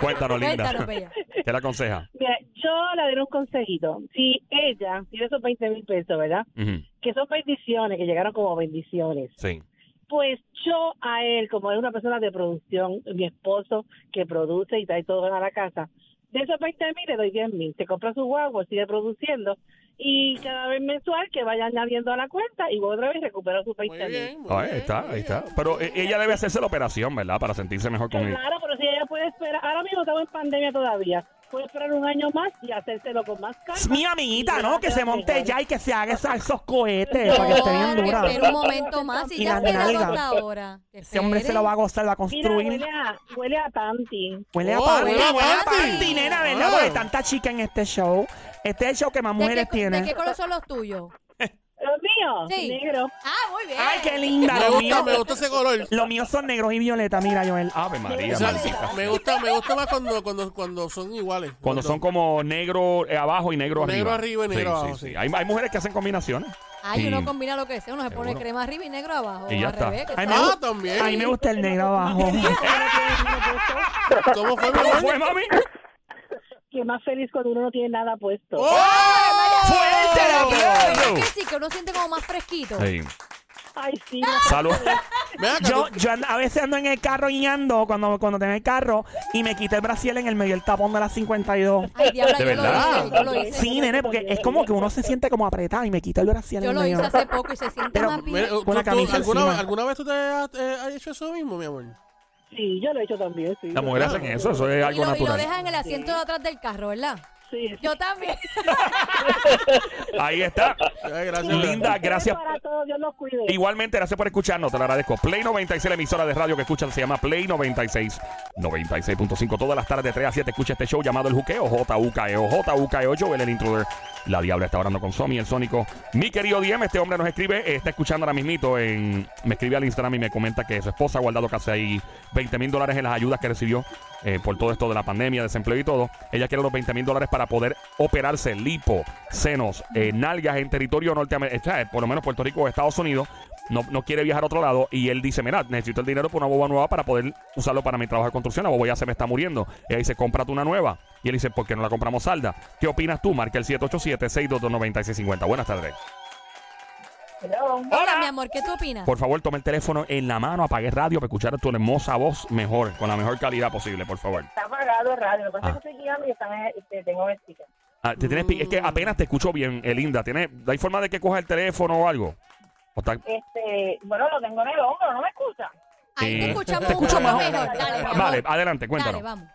[SPEAKER 1] Cuéntanos,
[SPEAKER 4] Cuéntanos,
[SPEAKER 1] linda.
[SPEAKER 4] bella.
[SPEAKER 1] ¿Qué le aconseja?
[SPEAKER 6] Mira, yo le daré un consejito. Si ella tiene esos 20 mil pesos, ¿verdad?
[SPEAKER 1] Ujú,
[SPEAKER 6] Que son bendiciones, que llegaron como bendiciones.
[SPEAKER 1] Sí.
[SPEAKER 6] Pues yo a él, como es una persona de producción, mi esposo que produce y trae todo a la casa, de esos 20 mil le doy 10 mil. Se compra su guagua, sigue produciendo. Y cada vez mensual que vaya añadiendo a la cuenta y otra vez recupera sus 20
[SPEAKER 3] Muy
[SPEAKER 6] mil.
[SPEAKER 3] bien, muy
[SPEAKER 1] Ah, Ahí
[SPEAKER 3] bien,
[SPEAKER 1] está,
[SPEAKER 3] muy
[SPEAKER 1] ahí está.
[SPEAKER 3] bien.
[SPEAKER 1] Pero eh, ella debe hacerse la operación, ¿verdad? Para sentirse mejor con él.
[SPEAKER 6] Claro, pero si ella puede esperar, ahora mismo estamos en pandemia todavía, puede esperar un año más y hacérselo con más
[SPEAKER 2] Es
[SPEAKER 6] calma.
[SPEAKER 2] mi amiguita, ¿no? Que se monte ya y que se haga esa- esos cohetes para que esté bien
[SPEAKER 4] No,
[SPEAKER 2] dura.
[SPEAKER 4] que espera un momento más y,
[SPEAKER 2] Y
[SPEAKER 4] ya
[SPEAKER 2] la
[SPEAKER 4] espera
[SPEAKER 2] nalga.
[SPEAKER 4] hasta ahora. Que
[SPEAKER 2] Ese hombre se lo va a gozar, va a
[SPEAKER 6] Mira,
[SPEAKER 2] construir.
[SPEAKER 6] huele a, huele a Tanti.
[SPEAKER 2] Huele a
[SPEAKER 3] Oh,
[SPEAKER 2] party,
[SPEAKER 3] huele a
[SPEAKER 2] huele a
[SPEAKER 3] party.
[SPEAKER 2] party, nena, ¿verdad?
[SPEAKER 3] Ah.
[SPEAKER 2] Porque hay tanta chica en este show. Este es el show que más
[SPEAKER 4] esperen. ¿De
[SPEAKER 2] mujeres
[SPEAKER 4] qué, ¿De
[SPEAKER 2] tienen.
[SPEAKER 4] qué color son los tuyos?
[SPEAKER 6] ¿Los míos?
[SPEAKER 4] Sí.
[SPEAKER 6] Negro.
[SPEAKER 4] Ah, muy bien.
[SPEAKER 2] Ay, qué linda.
[SPEAKER 3] Me
[SPEAKER 2] Los
[SPEAKER 3] gusta,
[SPEAKER 2] míos,
[SPEAKER 3] me gusta ese color.
[SPEAKER 2] los míos son negros y violeta, mira, Joel.
[SPEAKER 1] Ave María,
[SPEAKER 3] O sea,
[SPEAKER 1] maldita.
[SPEAKER 3] me gusta, me gusta más cuando, cuando, cuando son iguales.
[SPEAKER 1] Cuando son como negro eh, abajo y negro arriba.
[SPEAKER 3] Negro arriba y negro
[SPEAKER 1] Sí,
[SPEAKER 3] abajo,
[SPEAKER 1] sí, sí.
[SPEAKER 3] sí.
[SPEAKER 1] Hay, hay mujeres que hacen combinaciones.
[SPEAKER 4] Ay,
[SPEAKER 1] Y-
[SPEAKER 4] uno combina lo que sea. Uno se pone
[SPEAKER 1] Seguro.
[SPEAKER 4] crema arriba y negro abajo.
[SPEAKER 1] Y ya
[SPEAKER 4] al
[SPEAKER 1] está.
[SPEAKER 4] revés, que
[SPEAKER 2] Ay,
[SPEAKER 4] sea-
[SPEAKER 2] me
[SPEAKER 3] Ah,
[SPEAKER 2] gusta. A mí
[SPEAKER 3] también.
[SPEAKER 2] me gusta el negro abajo.
[SPEAKER 3] ¿Cómo fue, mi
[SPEAKER 1] ¿Cómo
[SPEAKER 3] amor?
[SPEAKER 1] fue, mami?
[SPEAKER 6] Que más feliz cuando uno no tiene nada puesto.
[SPEAKER 3] ¡Oh!
[SPEAKER 1] ¡Fuerte el
[SPEAKER 4] Creo que
[SPEAKER 1] aplauso!
[SPEAKER 4] sí, que uno siente como más fresquito.
[SPEAKER 1] Sí.
[SPEAKER 6] Ay, sí.
[SPEAKER 1] Salud.
[SPEAKER 3] Ven acá,
[SPEAKER 2] Yo,
[SPEAKER 3] tú-
[SPEAKER 2] yo and- a veces ando en el carro guiando cuando, cuando tengo el carro y me quité el brasier en el medio del tapón de las 52.
[SPEAKER 4] Ay,
[SPEAKER 1] ¿De
[SPEAKER 4] diabla, yo
[SPEAKER 1] verdad?
[SPEAKER 4] lo hice. Yo lo hice.
[SPEAKER 2] Sí, nene, porque es como que uno se siente como apretado y me quité el brasier en
[SPEAKER 4] Yo
[SPEAKER 2] el
[SPEAKER 4] lo
[SPEAKER 2] medio.
[SPEAKER 4] hice hace poco y se siente
[SPEAKER 2] Pero-
[SPEAKER 4] más
[SPEAKER 3] mira,
[SPEAKER 4] bien.
[SPEAKER 3] tú-
[SPEAKER 2] Con la
[SPEAKER 3] tú-
[SPEAKER 2] camisa
[SPEAKER 3] ¿alguna,
[SPEAKER 2] encima.
[SPEAKER 3] ¿Alguna vez tú te has, eh, has hecho eso mismo, mi amor?
[SPEAKER 6] Sí, yo lo he hecho también, sí.
[SPEAKER 1] Las mujeres hacen eso, eso es
[SPEAKER 4] Y
[SPEAKER 1] algo
[SPEAKER 4] lo, y lo deja
[SPEAKER 1] natural.
[SPEAKER 4] en el asiento de atrás del carro, ¿verdad?
[SPEAKER 6] Sí, sí.
[SPEAKER 4] Yo también.
[SPEAKER 1] Ahí está.
[SPEAKER 3] Ay, gracias.
[SPEAKER 1] Linda, gracias.
[SPEAKER 6] Para todos, Dios los cuide.
[SPEAKER 1] Igualmente, gracias por escucharnos, te lo agradezco. Play 96, la emisora de radio que escuchan se llama Play 96. 96.5 todas las tardes de 3 a 7. Escucha este show llamado El Juqueo, J-U-K-E-O, J-U-K-E-O, E Joel el Intruder. La Diabla está hablando con Somi, el Sónico. Mi querido Diem, este hombre nos escribe, eh, está escuchando ahora mismito. En, me escribe al Instagram y me comenta que su esposa ha guardado casi ahí 20 mil dólares en las ayudas que recibió eh, por todo esto de la pandemia, desempleo y todo. Ella quiere los 20 mil dólares para poder operarse lipo, senos, eh, nalgas en territorio eh, norteamericano, por lo menos Puerto Rico o Estados Unidos. No, no quiere viajar a otro lado y él dice, mira, necesito el dinero por una boba nueva para poder usarlo para mi trabajo de construcción. La boba ya se me está muriendo. Ella dice, cómprate una nueva. Y él dice, ¿por qué no la compramos salda? ¿Qué opinas tú? Marca el 787-622-9650. Buenas tardes.
[SPEAKER 4] Hola, mi amor, ¿qué tú opinas?
[SPEAKER 1] Por favor, tome el teléfono en la mano, apague radio para escuchar tu hermosa voz mejor, con la mejor calidad posible, por favor.
[SPEAKER 6] Está apagado radio. Lo que pasa
[SPEAKER 1] Ah.
[SPEAKER 6] es que estoy guiando y están- este, tengo el sticker.
[SPEAKER 1] Ah, ¿te tienes pi- Es que apenas te escucho bien, Elinda. ¿Tienes, ¿Hay forma de que coja el teléfono o algo? O está-
[SPEAKER 6] Este, bueno, lo tengo en el hombro, ¿no me escucha?
[SPEAKER 4] Ahí
[SPEAKER 1] Eh,
[SPEAKER 4] te escuchamos
[SPEAKER 1] te
[SPEAKER 4] un
[SPEAKER 1] escucho
[SPEAKER 4] poco
[SPEAKER 1] mejor.
[SPEAKER 4] mejor. Dale, mi amor.
[SPEAKER 1] Vale, adelante, cuéntanos.
[SPEAKER 4] Dale, vamos.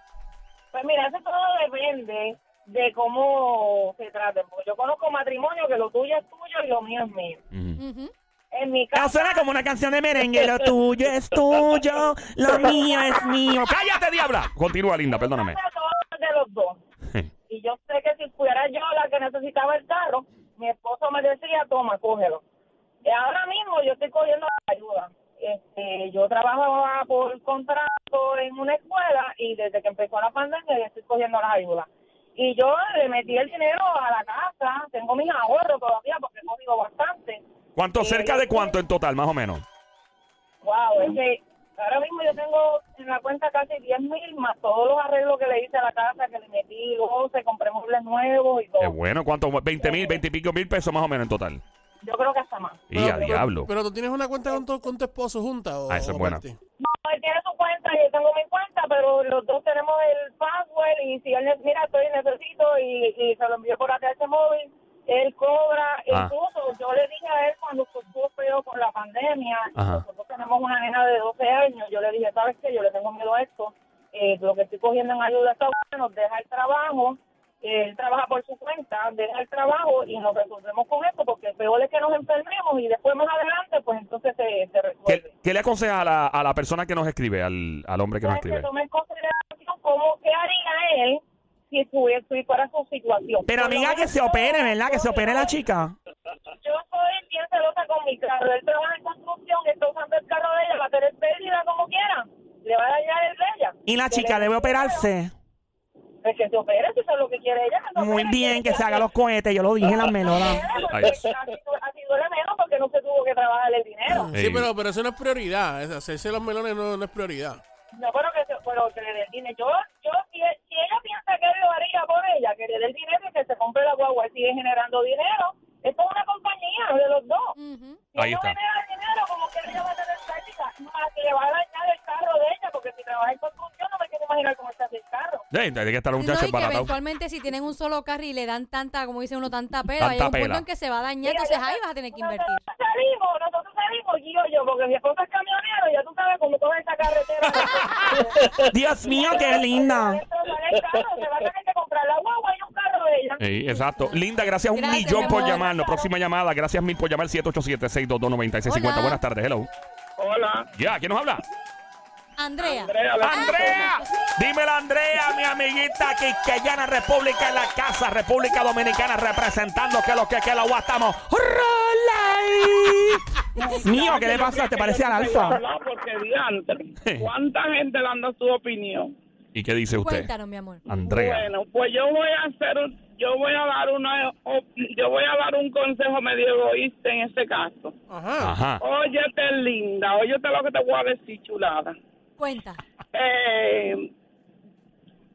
[SPEAKER 6] Pues mira, eso todo depende de cómo se trate. Porque yo conozco matrimonio que lo tuyo es tuyo y lo mío es mío.
[SPEAKER 1] Ujú.
[SPEAKER 4] Ujú.
[SPEAKER 6] En mi
[SPEAKER 2] Eso
[SPEAKER 6] caso,
[SPEAKER 2] suena como una canción de merengue. Lo tuyo es tuyo, lo mío es mío.
[SPEAKER 1] ¡Cállate, diabla! Continúa, Linda, perdóname.
[SPEAKER 6] todo es de los dos. Y yo sé que si fuera yo la que necesitaba el carro, mi esposo me decía, toma, cógelo. Y ahora mismo yo estoy cogiendo la ayuda. Este, yo trabajaba por contrato en una escuela y desde que empezó la pandemia yo estoy cogiendo las ayudas. Y yo le metí el dinero a la casa, tengo mis ahorros todavía porque he cogido bastante.
[SPEAKER 1] ¿Cuánto, cerca de cuánto en total, más o menos?
[SPEAKER 6] Wow, es que ahora mismo yo tengo en la cuenta casi 10 mil más todos los arreglos que le hice a la casa, que le metí 12, compré muebles nuevos y todo.
[SPEAKER 1] Qué bueno, ¿cuánto? 20 mil, 20 y pico mil pesos más o menos en total.
[SPEAKER 6] Yo creo que hasta más.
[SPEAKER 1] Y a diablo.
[SPEAKER 3] Pero tú tienes una cuenta con tu, con tu esposo junta o
[SPEAKER 1] Ah, esa es
[SPEAKER 3] o
[SPEAKER 1] buena.
[SPEAKER 3] aparte?
[SPEAKER 6] No, él tiene su cuenta, yo tengo mi cuenta, pero los dos tenemos el password y si él, ne- mira, estoy necesito y, y se lo envío por acá a ese móvil, él cobra.
[SPEAKER 1] Ah.
[SPEAKER 6] Incluso yo le dije a él cuando estuvo feo con la pandemia,
[SPEAKER 1] Ajá.
[SPEAKER 6] nosotros tenemos una nena de 12 años, yo le dije, ¿sabes qué? Yo le tengo miedo a esto. Eh, lo que estoy cogiendo en ayuda está bueno, nos deja el trabajo. Él trabaja por su cuenta, deja el trabajo y nos resolvemos con esto porque peor es que nos enfermemos y después más adelante pues entonces se, se resuelve.
[SPEAKER 1] ¿Qué, qué le aconsejas a la, a la persona que nos escribe, al, al hombre que nos
[SPEAKER 6] Pues que
[SPEAKER 1] escribe?
[SPEAKER 6] tome en consideración cómo qué haría él si estuviera si fuera su situación.
[SPEAKER 2] Pero
[SPEAKER 6] Por lo
[SPEAKER 2] amiga, que
[SPEAKER 6] menos
[SPEAKER 2] se
[SPEAKER 6] yo-
[SPEAKER 2] opere, ¿verdad? Que se opere la chica.
[SPEAKER 6] Yo soy bien celosa con mi carro. Él trabaja en construcción, está usando el carro de ella, va a tener pérdida como quiera. Le va a dañar el de ella.
[SPEAKER 2] Y la
[SPEAKER 6] Que
[SPEAKER 2] chica
[SPEAKER 6] le-
[SPEAKER 2] debe operarse.
[SPEAKER 6] Pues que se opere, si eso es lo que quiere ella. Pues, se
[SPEAKER 2] Muy
[SPEAKER 6] opere,
[SPEAKER 2] bien, que se haga los cohetes. Yo lo dije en las melodas.
[SPEAKER 1] Ay.
[SPEAKER 6] Porque Así así duele menos porque no se tuvo que trabajar el dinero.
[SPEAKER 1] Ey.
[SPEAKER 3] Sí, pero, pero eso no es prioridad. Es- Hacerse los melones no, no es prioridad.
[SPEAKER 6] No, pero que, se- pero que le dé el dinero. Yo, yo si, e- si ella piensa que él lo haría por ella, que le dé el dinero y que se compre la guagua y sigue generando dinero, esto es una compañía de los dos.
[SPEAKER 4] Ujú.
[SPEAKER 6] Si
[SPEAKER 1] Ahí
[SPEAKER 6] él no
[SPEAKER 1] está.
[SPEAKER 6] genera dinero, como que ella va a tener práctica, más que le va a dañar el carro de ella, porque si trabaja en construcción, no me quiero imaginar cómo está el carro.
[SPEAKER 1] Ey, tiene que estar un
[SPEAKER 4] No,
[SPEAKER 1] muchacho
[SPEAKER 4] y que
[SPEAKER 1] embaratado.
[SPEAKER 4] eventualmente si tienen un solo carro y le dan tanta, como dice uno, tanta pela,
[SPEAKER 1] Tanta
[SPEAKER 4] hay un punto
[SPEAKER 1] pela.
[SPEAKER 4] en que se va a dañar, entonces
[SPEAKER 6] Mira, yo-
[SPEAKER 4] ahí vas a tener que invertir.
[SPEAKER 6] Nosotros salimos, nosotros salimos, Guillo y yo, porque mi esposo es camionero, ya tú sabes cómo coge esa carretera.
[SPEAKER 2] Dios mío, qué linda.
[SPEAKER 6] Eso sale caro, se va a tener que comprar la guagua y un carro de ella.
[SPEAKER 1] Ey, exacto. Linda, gracias un
[SPEAKER 4] Gracias,
[SPEAKER 1] millón
[SPEAKER 4] mi
[SPEAKER 1] por
[SPEAKER 4] amor.
[SPEAKER 1] llamarnos. Próxima llamada, gracias mil por llamar 787-622-9650.
[SPEAKER 4] Hola.
[SPEAKER 1] Buenas tardes, hello.
[SPEAKER 7] Hola,
[SPEAKER 1] Ya, ¿quién nos habla?
[SPEAKER 4] Andrea.
[SPEAKER 7] Andrea. la-
[SPEAKER 1] ¡Andrea! Dímela, Andrea, mi amiguita Quisqueyana, República en la Casa, República Dominicana, representando que lo que que lo guatamos.
[SPEAKER 2] Rolay. Mío, ¿qué le pasa? ¿Te parece al alfa?
[SPEAKER 7] No, porque diantre. ¿Cuánta gente le anda su opinión?
[SPEAKER 1] ¿Y qué dice usted?
[SPEAKER 4] Cuéntanos, mi amor.
[SPEAKER 1] Andrea.
[SPEAKER 7] Bueno, pues yo voy a hacer, un- yo voy a dar una, op- yo voy a dar un consejo medio egoísta en este caso.
[SPEAKER 3] Ajá.
[SPEAKER 1] Ajá.
[SPEAKER 7] Óyete linda, óyete lo que te voy a decir chulada.
[SPEAKER 4] Cuenta.
[SPEAKER 7] Eh,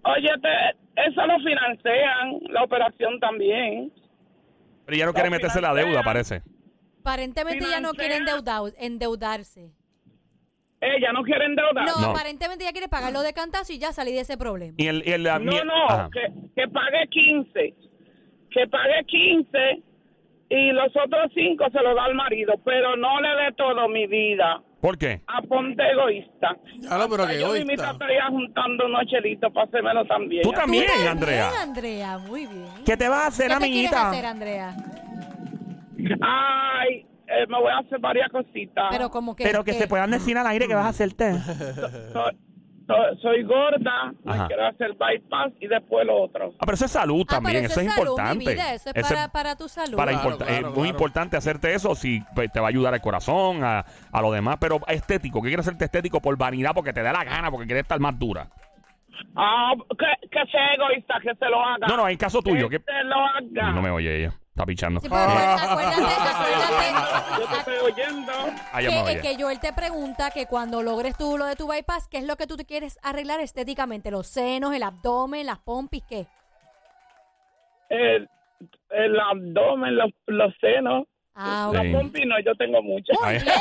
[SPEAKER 7] óyete, eso lo financian, la operación también. Pues,
[SPEAKER 1] Pero ya no quiere meterse en la deuda, parece.
[SPEAKER 4] Aparentemente ya no quiere endeudar- endeudarse.
[SPEAKER 7] Ella no quiere endeudar.
[SPEAKER 4] No,
[SPEAKER 1] No.
[SPEAKER 4] aparentemente ya quiere pagarlo de cantazo y ya salí de ese problema.
[SPEAKER 1] Y el, y el, la- mi-
[SPEAKER 7] No, no,
[SPEAKER 1] ajá.
[SPEAKER 7] que, que pague 15. Que pague 15 y los otros 5 se los da al marido. Pero no le dé todo mi vida.
[SPEAKER 1] ¿Por qué?
[SPEAKER 7] A ponte egoísta.
[SPEAKER 3] Ya lo, pero
[SPEAKER 7] Hasta
[SPEAKER 3] que
[SPEAKER 7] yo
[SPEAKER 3] egoísta.
[SPEAKER 7] mismita estaría juntando unos chelitos para hacérmelo también.
[SPEAKER 1] Tú también,
[SPEAKER 4] Tú también,
[SPEAKER 1] Andrea.
[SPEAKER 4] Andrea, muy bien.
[SPEAKER 2] ¿Qué te vas a hacer,
[SPEAKER 4] te quieres
[SPEAKER 2] amiguita?
[SPEAKER 4] hacer, Andrea?
[SPEAKER 7] Ay, eh, me voy a hacer varias cositas.
[SPEAKER 4] Pero como que...
[SPEAKER 2] Pero que se puedan decir al aire que vas a hacerte.
[SPEAKER 7] So- so- soy gorda,
[SPEAKER 1] Ajá.
[SPEAKER 7] me quiero hacer bypass y después lo otro.
[SPEAKER 1] Ah, pero eso es salud
[SPEAKER 4] Ah,
[SPEAKER 1] también,
[SPEAKER 4] pero
[SPEAKER 1] eso, es
[SPEAKER 4] salud,
[SPEAKER 1] importante.
[SPEAKER 4] Mi vida. Eso es
[SPEAKER 1] Eso
[SPEAKER 4] para, para tu salud.
[SPEAKER 1] para
[SPEAKER 3] Claro,
[SPEAKER 1] importa-
[SPEAKER 3] claro,
[SPEAKER 1] es muy
[SPEAKER 3] claro.
[SPEAKER 1] importante hacerte eso si pues, te va a ayudar al corazón, a, a lo demás, pero estético, ¿qué quieres hacerte estético por vanidad, porque te da la gana, porque quieres estar más dura?
[SPEAKER 7] Ah, que, que sea egoísta, que se lo haga.
[SPEAKER 1] No, no, en caso tuyo,
[SPEAKER 7] que
[SPEAKER 1] que
[SPEAKER 7] se lo haga.
[SPEAKER 1] no me oye ella, está pichando.
[SPEAKER 4] Sí, pero acuérdate,
[SPEAKER 7] Yo te
[SPEAKER 4] acuérdate,
[SPEAKER 7] estoy oyendo.
[SPEAKER 1] Ah, ya me
[SPEAKER 4] Que,
[SPEAKER 1] oye.
[SPEAKER 4] eh, que Joel te pregunta que cuando logres tú lo de tu bypass, ¿qué es lo que tú te quieres arreglar estéticamente? ¿Los senos, el abdomen, las pompis, qué?
[SPEAKER 7] El, el abdomen, los, los senos.
[SPEAKER 4] Ah, ok.
[SPEAKER 1] Sí.
[SPEAKER 7] Los pompis no, yo tengo muchas.
[SPEAKER 1] Ahí.
[SPEAKER 4] Bien.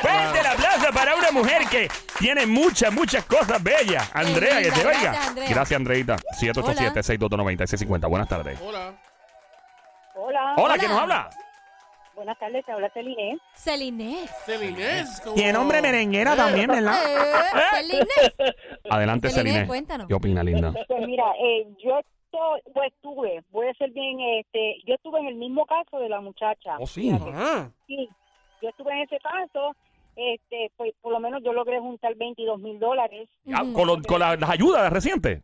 [SPEAKER 1] Fuerte el aplauso para una mujer que tiene muchas, muchas cosas bellas. Andrea, que
[SPEAKER 4] linda,
[SPEAKER 1] te oiga.
[SPEAKER 4] gracias, Andrea.
[SPEAKER 1] Gracias, Andreita. 787-622-9650. Buenas tardes.
[SPEAKER 3] Hola.
[SPEAKER 8] Hola,
[SPEAKER 1] Hola, ¿quién nos habla?
[SPEAKER 8] buenas tardes, te habla Celine.
[SPEAKER 4] Celinés.
[SPEAKER 3] Celinés. como-
[SPEAKER 2] Tiene hombre merenguera también, ¿verdad?
[SPEAKER 4] Eh, Celinés.
[SPEAKER 1] Adelante,
[SPEAKER 4] Celine,
[SPEAKER 1] Celine.
[SPEAKER 4] cuéntanos.
[SPEAKER 1] ¿Qué opina, linda?
[SPEAKER 8] Pues mira, eh, yo estoy, pues estuve, voy a ser bien, este, yo estuve en el mismo caso de la muchacha.
[SPEAKER 1] Oh, sí.
[SPEAKER 3] Ajá.
[SPEAKER 8] Sí, yo estuve en ese caso, este, pues por lo menos yo logré juntar 22 mil dólares.
[SPEAKER 1] Ah, con lo- con la- las ayudas recientes.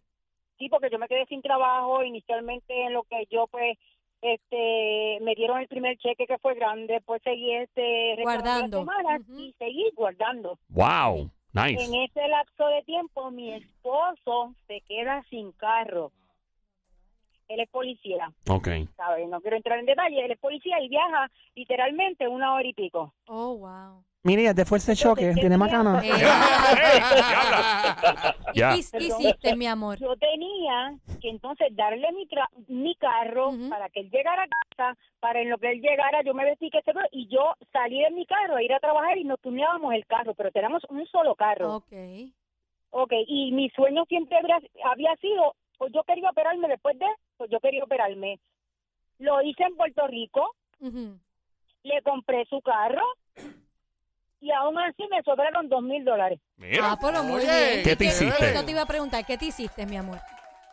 [SPEAKER 8] Sí, porque yo me quedé sin trabajo inicialmente en lo que yo pues este me dieron el primer cheque que fue grande, después seguí este
[SPEAKER 4] Guardando.
[SPEAKER 8] recabando las semanas
[SPEAKER 4] Ujú.
[SPEAKER 8] y seguí guardando.
[SPEAKER 1] Wow.
[SPEAKER 8] En
[SPEAKER 1] Nice.
[SPEAKER 8] ese lapso de tiempo mi esposo se queda sin carro. Él es policía,
[SPEAKER 1] Ok.
[SPEAKER 8] ¿sabes? No quiero entrar en detalle, él es policía y viaja literalmente una hora y pico.
[SPEAKER 4] Oh, wow.
[SPEAKER 2] Mire, es de fuerza de choque, tiene macana.
[SPEAKER 4] Eh,
[SPEAKER 1] ¡Ey! ¿Qué habla?
[SPEAKER 4] ¿y
[SPEAKER 1] Ya.
[SPEAKER 4] qué- ¿Qué hiciste, mi amor?
[SPEAKER 8] Yo tenía que entonces darle mi, tra- mi carro
[SPEAKER 4] Ujú.
[SPEAKER 8] para que él llegara a casa, para en lo que él llegara yo me vestí que se y yo salí de mi carro a ir a trabajar y nos turneábamos el carro, pero teníamos un solo carro.
[SPEAKER 4] Ok.
[SPEAKER 8] Ok, y mi sueño siempre habría, había sido, pues yo quería operarme después de, pues yo quería operarme. Lo hice en Puerto Rico,
[SPEAKER 4] Ujú.
[SPEAKER 8] le compré su carro y aún así me sobraron dos mil dólares.
[SPEAKER 1] Mira.
[SPEAKER 4] Ah, pero muy
[SPEAKER 3] Oye,
[SPEAKER 4] bien.
[SPEAKER 1] ¿Qué te hiciste?
[SPEAKER 4] Eso te iba a preguntar, ¿qué te hiciste, mi amor?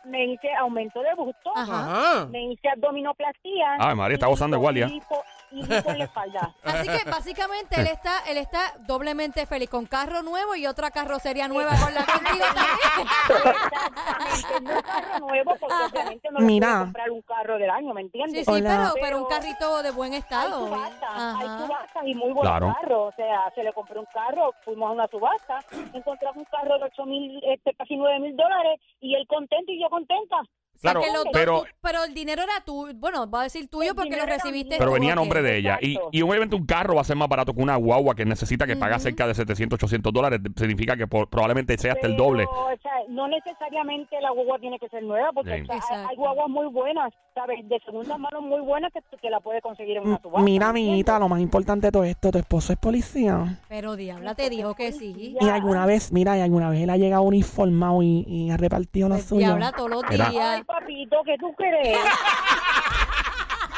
[SPEAKER 8] Me hice aumento de busto,
[SPEAKER 4] Ajá.
[SPEAKER 3] Ajá.
[SPEAKER 8] me hice abdominoplastía.
[SPEAKER 1] Ay, Ah. María, está gozando
[SPEAKER 8] y
[SPEAKER 1] igual ya.
[SPEAKER 8] lipo- Y lipo en la espalda.
[SPEAKER 4] Así que básicamente él está, él está doblemente feliz con carro nuevo y otra carrocería nueva con la contigo también.
[SPEAKER 8] Exactamente, no un carro nuevo porque obviamente no le
[SPEAKER 2] Mira.
[SPEAKER 8] puedo comprar un carro del año, ¿me
[SPEAKER 4] Sí,
[SPEAKER 8] entiendes?
[SPEAKER 4] sí, pero,
[SPEAKER 2] Hola.
[SPEAKER 4] pero un carrito de buen
[SPEAKER 8] Hay
[SPEAKER 4] estado.
[SPEAKER 8] subastas, hay
[SPEAKER 4] Ajá.
[SPEAKER 8] subastas y muy buenos
[SPEAKER 1] Claro.
[SPEAKER 8] carros. O sea, se le compró un carro, fuimos a una subasta, encontramos un carro de ocho mil, este, casi nueve mil dólares y él contento y yo contenta.
[SPEAKER 1] Claro,
[SPEAKER 4] O sea, que los dos
[SPEAKER 1] pero
[SPEAKER 4] tú- pero el dinero era tu, bueno, va a decir tuyo
[SPEAKER 8] El
[SPEAKER 4] porque lo
[SPEAKER 8] dinero era
[SPEAKER 4] recibiste.
[SPEAKER 8] mío.
[SPEAKER 1] Pero
[SPEAKER 4] tú,
[SPEAKER 1] venía a
[SPEAKER 4] ok.
[SPEAKER 1] nombre de ella. Y,
[SPEAKER 8] Exacto.
[SPEAKER 1] y obviamente un carro va a ser más barato que una guagua que necesita que paga cerca de 700, 800 dólares. Significa que por- probablemente sea hasta el
[SPEAKER 8] Pero,
[SPEAKER 1] doble.
[SPEAKER 8] O sea, no necesariamente la guagua tiene que ser nueva porque
[SPEAKER 1] Sí.
[SPEAKER 8] o sea, hay- hay
[SPEAKER 4] Exacto.
[SPEAKER 8] guaguas muy buenas, ¿sabes? De segunda mano muy buenas que, que la puede conseguir en una subasta.
[SPEAKER 2] Mira,
[SPEAKER 8] ¿me entiendes?
[SPEAKER 2] amiguita, lo más importante de todo esto, tu esposo es policía.
[SPEAKER 4] Pero diabla te dijo que sí.
[SPEAKER 2] Y alguna vez, mira, y alguna vez él ha llegado uniformado y, y ha repartido lo
[SPEAKER 4] Pues,
[SPEAKER 2] suyo.
[SPEAKER 4] diabla todos los
[SPEAKER 1] Era-
[SPEAKER 4] días.
[SPEAKER 8] Ay, papito, ¿qué tú crees?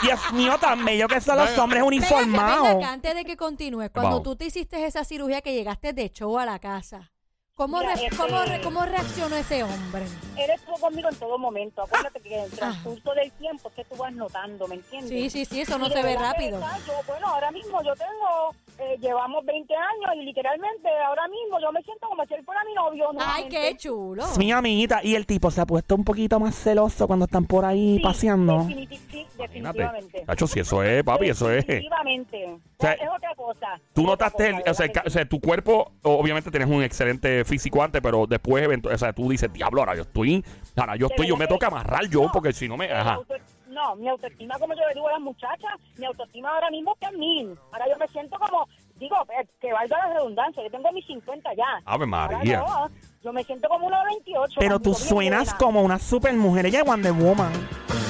[SPEAKER 2] Dios mío, tan bello que son los hombres
[SPEAKER 4] Venga acá, venga
[SPEAKER 2] uniformados.
[SPEAKER 4] acá, antes de que continúes, cuando
[SPEAKER 1] Vamos.
[SPEAKER 4] tú te hiciste esa cirugía que llegaste de show a la casa, ¿cómo,
[SPEAKER 8] Mira,
[SPEAKER 4] re-
[SPEAKER 8] este-
[SPEAKER 4] cómo, re- cómo reaccionó ese hombre?
[SPEAKER 8] Él estuvo conmigo en todo momento. Acuérdate que en el transcurso del tiempo es que tú vas notando, ¿me entiendes?
[SPEAKER 4] Ah. Sí, sí, sí, eso no
[SPEAKER 8] Y
[SPEAKER 4] se
[SPEAKER 8] de
[SPEAKER 4] ve
[SPEAKER 8] verdad que
[SPEAKER 4] rápido.
[SPEAKER 8] está, yo, bueno, ahora mismo yo tengo, eh, llevamos 20 años y literalmente ahora mismo yo me siento como si él fuera mi novio.
[SPEAKER 4] Ay,
[SPEAKER 8] nuevamente.
[SPEAKER 4] qué chulo.
[SPEAKER 2] Mi amiguita, y el tipo se ha puesto un poquito más celoso cuando están por ahí
[SPEAKER 8] Sí,
[SPEAKER 2] paseando.
[SPEAKER 8] definiti- sí,
[SPEAKER 1] Imagínate.
[SPEAKER 8] definitivamente.
[SPEAKER 1] Cacho, si eso es, papi, eso es.
[SPEAKER 8] Definitivamente.
[SPEAKER 1] sea,
[SPEAKER 8] es otra cosa.
[SPEAKER 1] Tú
[SPEAKER 8] Es otra
[SPEAKER 1] notaste, el-
[SPEAKER 8] cosa,
[SPEAKER 1] o sea, el
[SPEAKER 8] ¿verdad
[SPEAKER 1] ca-
[SPEAKER 8] que
[SPEAKER 1] o sea, tu cuerpo, o- obviamente tienes un excelente físico antes, pero después, eventu- o sea, tú dices, diablo, ahora yo estoy, ahora yo
[SPEAKER 8] De
[SPEAKER 1] estoy, yo me
[SPEAKER 8] verdad
[SPEAKER 1] toca
[SPEAKER 8] que-
[SPEAKER 1] amarrar yo,
[SPEAKER 8] No,
[SPEAKER 1] porque si no me,
[SPEAKER 8] Mi
[SPEAKER 1] ajá.
[SPEAKER 8] auto- No, mi autoestima, como yo le digo a las muchachas, mi autoestima ahora mismo está en mil. Ahora yo me siento como, digo, eh, que valga la redundancia, yo tengo mis 50 ya.
[SPEAKER 1] Ave
[SPEAKER 8] Ahora
[SPEAKER 1] Ah, María.
[SPEAKER 8] no, yo me siento como una 28.
[SPEAKER 2] Pero
[SPEAKER 8] cuando
[SPEAKER 2] tú
[SPEAKER 8] bien
[SPEAKER 2] suenas
[SPEAKER 8] buena.
[SPEAKER 2] como una super mujer. Ella es Wonder Woman.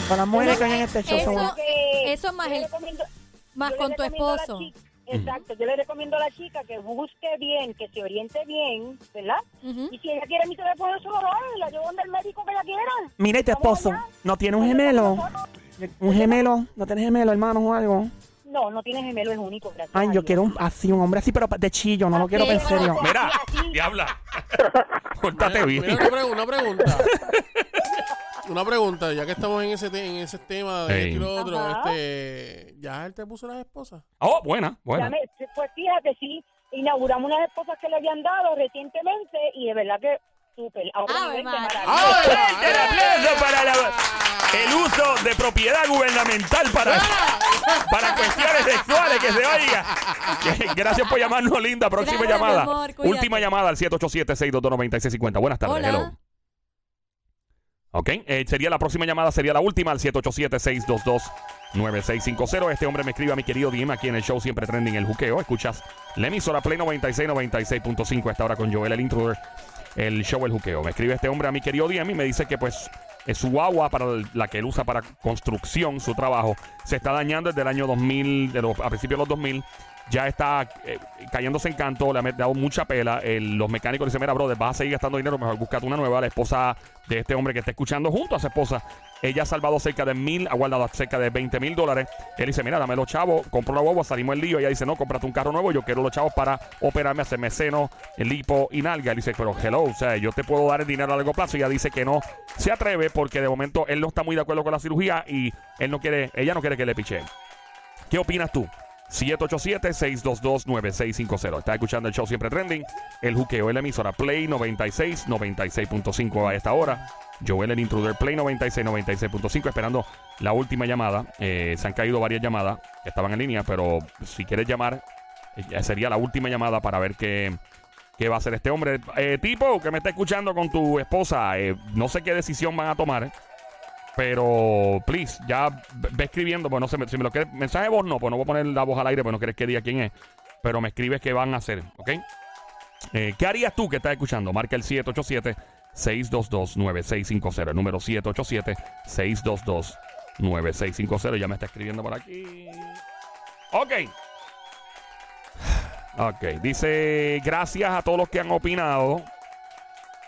[SPEAKER 2] Para las mujeres que
[SPEAKER 4] Bueno,
[SPEAKER 2] hay en este show
[SPEAKER 4] eso-
[SPEAKER 2] son
[SPEAKER 8] Como
[SPEAKER 2] una-
[SPEAKER 8] que
[SPEAKER 4] eso más
[SPEAKER 8] yo le
[SPEAKER 4] el-
[SPEAKER 8] recomiendo-
[SPEAKER 4] Más
[SPEAKER 8] yo le
[SPEAKER 4] con tu
[SPEAKER 8] recomiendo a la
[SPEAKER 4] esposo.
[SPEAKER 8] chica- Exacto, yo le recomiendo a la chica que busque bien, que se oriente bien, ¿verdad?
[SPEAKER 4] Ujú.
[SPEAKER 8] Y si ella quiere mi teléfono, yo se lo doy, la llevo donde el médico que la quiera.
[SPEAKER 2] Mira, y tu
[SPEAKER 8] Vamos
[SPEAKER 2] esposo,
[SPEAKER 8] allá.
[SPEAKER 2] ¿no tiene un
[SPEAKER 8] Yo le tomo
[SPEAKER 2] gemelo?
[SPEAKER 8] una foto.
[SPEAKER 2] ¿Un gemelo? ¿No tienes gemelo, hermano, o algo?
[SPEAKER 8] No, no tiene gemelo, es único. gracias
[SPEAKER 2] Ay,
[SPEAKER 8] a
[SPEAKER 2] yo
[SPEAKER 8] Dios.
[SPEAKER 2] quiero un, así, un hombre así, pero pa- de chillo, no lo quiero en serio.
[SPEAKER 1] Mira,
[SPEAKER 8] así.
[SPEAKER 1] diabla, pórtate bien.
[SPEAKER 3] Mira, una, pre- una pregunta. Una pregunta, ya que estamos en ese, te- en ese tema de
[SPEAKER 1] Ey.
[SPEAKER 3] esto y lo otro,
[SPEAKER 8] Ajá.
[SPEAKER 3] este, ¿ya él te puso las esposas?
[SPEAKER 1] Oh, buena, buena.
[SPEAKER 8] Ya me- pues fíjate, sí, inauguramos unas esposas que le habían dado recientemente y de verdad que súper. a otro
[SPEAKER 4] Ave
[SPEAKER 8] nivel de
[SPEAKER 4] María.
[SPEAKER 8] maravilla.
[SPEAKER 3] ¡Ay,
[SPEAKER 1] ¡Fuerte el aplauso para la- el uso de propiedad gubernamental para, para cuestiones sexuales que se oiga. Gracias por llamarnos, Linda. Próxima
[SPEAKER 4] Gracias, mi
[SPEAKER 1] llamada.
[SPEAKER 4] amor, cuídate.
[SPEAKER 1] Última llamada al 787-622-9650. Buenas tardes.
[SPEAKER 4] Hola.
[SPEAKER 1] Hello. Ok, eh, sería la próxima llamada, sería la última al 787-622-9650. Este hombre me escribe a mi querido Dima aquí en el show Siempre Trending El Juqueo. Escuchas la emisora Play 96, 96.5 a esta hora con Joel el Intruder, el show El Juqueo. Me escribe este hombre a mi querido Diem y me dice que pues eh, su agua para el- la que él usa para construcción, su trabajo, se está dañando desde el año 2000, de los- a principios de los 2000. Ya está eh, cayéndose en canto, le ha met- dado mucha pela. El- los mecánicos le dicen, mira, brother, vas a seguir gastando dinero, mejor búscate una nueva. La esposa de este hombre que está escuchando junto a su esposa, ella ha salvado cerca de mil, ha guardado cerca de 20 mil dólares. Él dice, mira, dame los chavos, compro la guagua, salimos el lío. Ella dice, no, cómprate un carro nuevo, yo quiero los chavos para operarme, hacerme seno, lipo y nalga. Él dice, pero hello, o sea, yo te puedo dar el dinero a largo plazo. Ella dice que no se atreve porque de momento él no está muy de acuerdo con la cirugía y él no quiere, ella no quiere que le picheen. ¿Qué opinas tú? 787-622-9650. Está escuchando el show siempre trending. El juqueo en la emisora Play 96, 96.5 a esta hora. Joel el intruder Play 96, 96.5. Esperando la última llamada. Eh, se han caído varias llamadas que estaban en línea, pero si quieres llamar, eh, ya sería la última llamada para ver qué, qué va a hacer este hombre. Eh, tipo que me está escuchando con tu esposa, eh, no sé qué decisión van a tomar. Pero, please, ya ve ve escribiendo, pues no sé, me- si me lo quieres, mensaje de voz no, pues no voy a poner la voz al aire, pues no quieres que diga quién es, pero me escribes qué van a hacer, ¿ok? Eh, ¿Qué harías tú que estás escuchando? Marca el 787-622-9650, el número 787-622-9650, ya me está escribiendo por aquí. Ok. Ok, dice, gracias a todos los que han opinado.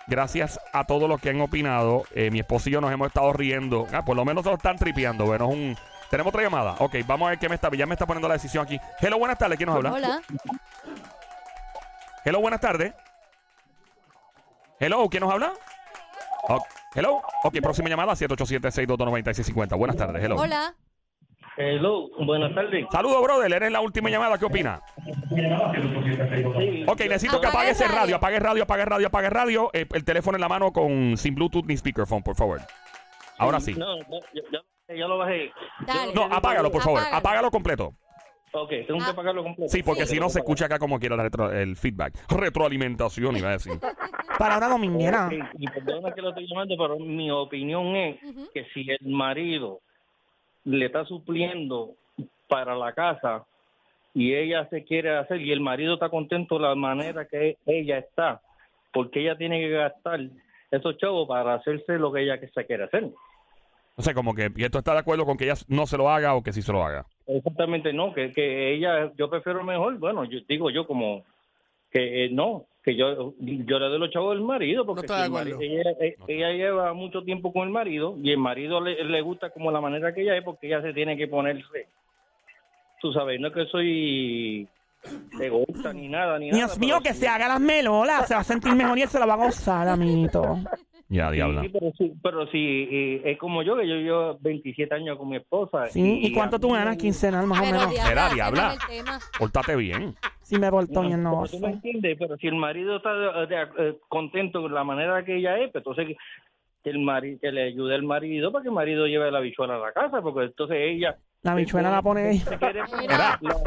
[SPEAKER 1] Gracias a todos los que han opinado. Eh, mi esposo y yo nos hemos estado riendo. Ah, por lo menos se lo están tripeando. Bueno, es un... Tenemos otra llamada. Ok, vamos a ver qué me está... Ya me está poniendo la decisión aquí. Hello, buenas tardes. ¿Quién nos habla?
[SPEAKER 4] Hola.
[SPEAKER 1] Hello, buenas tardes. Hello, ¿quién nos habla? Ok, Hello. Ok, próxima llamada 787-622-9650. Buenas tardes. Hello.
[SPEAKER 4] Hola.
[SPEAKER 9] Hello, buenas tardes.
[SPEAKER 1] Saludos, brother. Eres la última llamada. ¿Qué opina? Ok, necesito que apague
[SPEAKER 4] Apague
[SPEAKER 1] ese
[SPEAKER 4] radio.
[SPEAKER 1] radio. Apague radio, apague radio, apague radio. Eh, el teléfono en la mano con sin Bluetooth ni speakerphone, por favor. Ahora sí.
[SPEAKER 9] No, no, yo, yo- yo lo bajé.
[SPEAKER 4] Dale.
[SPEAKER 1] No, apágalo, por favor. Apágalo, completo.
[SPEAKER 9] Ok, tengo
[SPEAKER 4] Ah.
[SPEAKER 9] que pagarlo completo.
[SPEAKER 1] Sí, porque
[SPEAKER 4] Sí.
[SPEAKER 1] si no se escucha acá como quiera la retro- el feedback. Retroalimentación, iba a decir.
[SPEAKER 2] Palabra dominguera.
[SPEAKER 9] Ok, Y perdona que lo estoy llamando, pero mi opinión es
[SPEAKER 4] Ujú.
[SPEAKER 9] que si el marido le está supliendo para la casa y ella se quiere hacer y el marido está contento de la manera que ella está, porque ella tiene que gastar esos chavos para hacerse lo que ella que se quiere hacer.
[SPEAKER 1] O sea, como que y esto está de acuerdo con que ella no se lo haga o que sí se lo haga.
[SPEAKER 9] Exactamente, no, que, que ella, yo prefiero mejor, bueno, yo digo yo como que eh, no, que yo, yo le doy los chavos al marido, porque
[SPEAKER 3] No está
[SPEAKER 9] si
[SPEAKER 3] de
[SPEAKER 9] el mari-
[SPEAKER 3] acuerdo.
[SPEAKER 9] ella, eh, ella lleva mucho tiempo con el marido y el marido le, le gusta como la manera que ella es, porque ella se tiene que ponerse, tú sabes, no es que soy egoísta ni nada, ni nada.
[SPEAKER 2] Dios mío,
[SPEAKER 9] pero
[SPEAKER 2] que
[SPEAKER 9] sí-
[SPEAKER 2] se haga las melolas. Se va a sentir mejor y él se la va a gozar, amiguito.
[SPEAKER 1] Ya,
[SPEAKER 9] sí,
[SPEAKER 1] diabla.
[SPEAKER 9] sí, pero sí, pero sí, eh, es como yo, que yo llevo 27 años con mi esposa.
[SPEAKER 2] Sí, ¿y cuánto
[SPEAKER 9] a
[SPEAKER 2] tú
[SPEAKER 9] mí
[SPEAKER 2] ganas
[SPEAKER 9] me-
[SPEAKER 2] quincenal más o
[SPEAKER 4] Pero
[SPEAKER 2] menos?
[SPEAKER 1] Era
[SPEAKER 4] diabla,
[SPEAKER 1] diabla.
[SPEAKER 4] ese no es el tema.
[SPEAKER 1] Pórtate bien.
[SPEAKER 2] Si me porto bien, no
[SPEAKER 9] pero tú me
[SPEAKER 2] gozo.
[SPEAKER 9] entiendes, pero si el marido está de- de- eh, contento con la manera que ella es, pues entonces que- que, el mari- que le ayude el marido para que el marido lleve la bichuela a la casa, porque entonces ella...
[SPEAKER 2] La bichuela la pone ahí.
[SPEAKER 9] Se quiere poner
[SPEAKER 4] Mira.
[SPEAKER 9] la- la-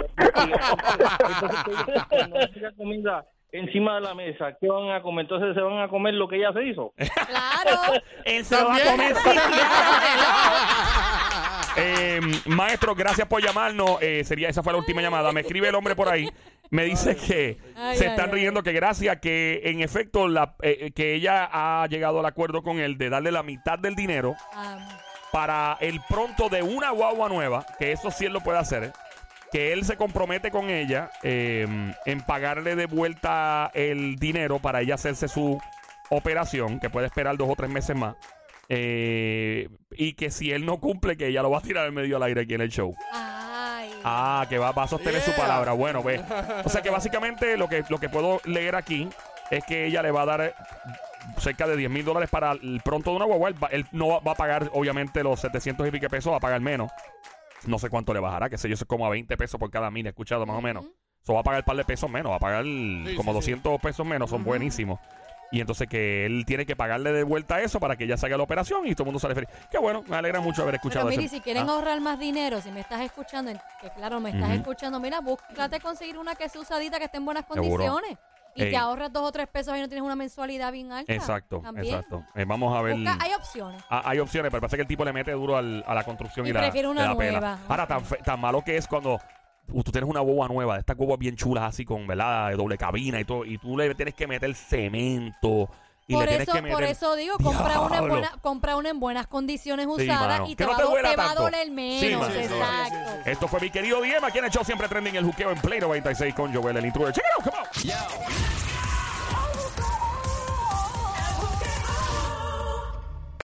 [SPEAKER 9] entonces, cuando haya comida encima de la mesa, ¿qué van a comer? Entonces se van a comer lo que ella se hizo.
[SPEAKER 4] Claro.
[SPEAKER 2] Él se lo va a
[SPEAKER 3] También.
[SPEAKER 2] comer sin
[SPEAKER 1] Eh, maestro, gracias por llamarnos. Eh, sería esa fue la última llamada. Me escribe el hombre por ahí. Me dice que
[SPEAKER 4] Ay,
[SPEAKER 1] se
[SPEAKER 4] ay,
[SPEAKER 1] están
[SPEAKER 4] ay.
[SPEAKER 1] riendo, que gracias, que en efecto la, eh, que ella ha llegado al acuerdo con él de darle la mitad del dinero
[SPEAKER 4] Ah,
[SPEAKER 1] para el pronto de una guagua nueva, que eso sí él lo puede hacer, que él se compromete con ella eh, en pagarle de vuelta el dinero para ella hacerse su operación, que puede esperar dos o tres meses más, eh, y que si él no cumple, que ella lo va a tirar en medio al aire aquí en el show.
[SPEAKER 4] Ay.
[SPEAKER 1] Ah, que va, va a sostener su
[SPEAKER 3] Yeah.
[SPEAKER 1] palabra. Bueno, pues. O sea que básicamente lo que, lo que puedo leer aquí es que ella le va a dar eh, cerca de 10 mil dólares para el pronto de una guagua. Él, va- él no va- va a pagar, obviamente, los 700 y pico pesos, va a pagar menos. No sé cuánto le bajará, que sé yo, eso es como a 20 pesos por cada mil, he escuchado más o menos.
[SPEAKER 4] Ujú.
[SPEAKER 1] O So, va a pagar un par de pesos menos, va a pagar como
[SPEAKER 3] sí,
[SPEAKER 1] 200 pesos menos, son buenísimos. Y entonces que él tiene que pagarle de vuelta eso para que ella salga la operación y todo el mundo sale feliz. Qué bueno, me alegra mucho haber
[SPEAKER 4] Pero
[SPEAKER 1] escuchado
[SPEAKER 4] mire, y
[SPEAKER 1] ese-
[SPEAKER 4] si quieren
[SPEAKER 1] Ah,
[SPEAKER 4] ahorrar más dinero, si me estás escuchando, en- que claro, me estás
[SPEAKER 1] Ujú.
[SPEAKER 4] escuchando, mira, búscate conseguir una que sea usadita, que esté en buenas
[SPEAKER 1] Seguro.
[SPEAKER 4] condiciones. Y
[SPEAKER 1] Ey.
[SPEAKER 4] te ahorras dos o tres pesos y no tienes una mensualidad bien alta.
[SPEAKER 1] Exacto,
[SPEAKER 4] También.
[SPEAKER 1] exacto. Eh, vamos a ver.
[SPEAKER 4] Busca- hay opciones.
[SPEAKER 1] Ah, hay opciones, pero parece que el tipo le mete duro al- a la construcción y,
[SPEAKER 4] Y
[SPEAKER 1] la,
[SPEAKER 4] prefiere una
[SPEAKER 1] le da pela.
[SPEAKER 4] nueva.
[SPEAKER 1] Ahora, tan, fe- tan malo que es cuando uh, tú tienes una boba nueva, de estas bobas bien chulas así con, ¿verdad? De doble cabina y todo, y tú le tienes que meter cemento y
[SPEAKER 4] por
[SPEAKER 1] le tienes
[SPEAKER 4] eso,
[SPEAKER 1] que meter...
[SPEAKER 4] por eso digo, compra una, en
[SPEAKER 1] Diablo.
[SPEAKER 4] buena- compra una en buenas condiciones
[SPEAKER 1] Sí,
[SPEAKER 4] usada
[SPEAKER 1] mano.
[SPEAKER 4] y
[SPEAKER 1] Que
[SPEAKER 4] te,
[SPEAKER 1] no
[SPEAKER 4] va,
[SPEAKER 1] te
[SPEAKER 4] a do-
[SPEAKER 1] duela
[SPEAKER 4] te va a
[SPEAKER 1] tanto.
[SPEAKER 4] doler
[SPEAKER 1] Sí,
[SPEAKER 4] menos.
[SPEAKER 1] mano. Sí, sí, sí, sí,
[SPEAKER 4] exacto.
[SPEAKER 1] Esto fue mi querido Diem, aquí en el show siempre trending el juqueo en Play 96 con Joel, el intruder. Check it out, come on.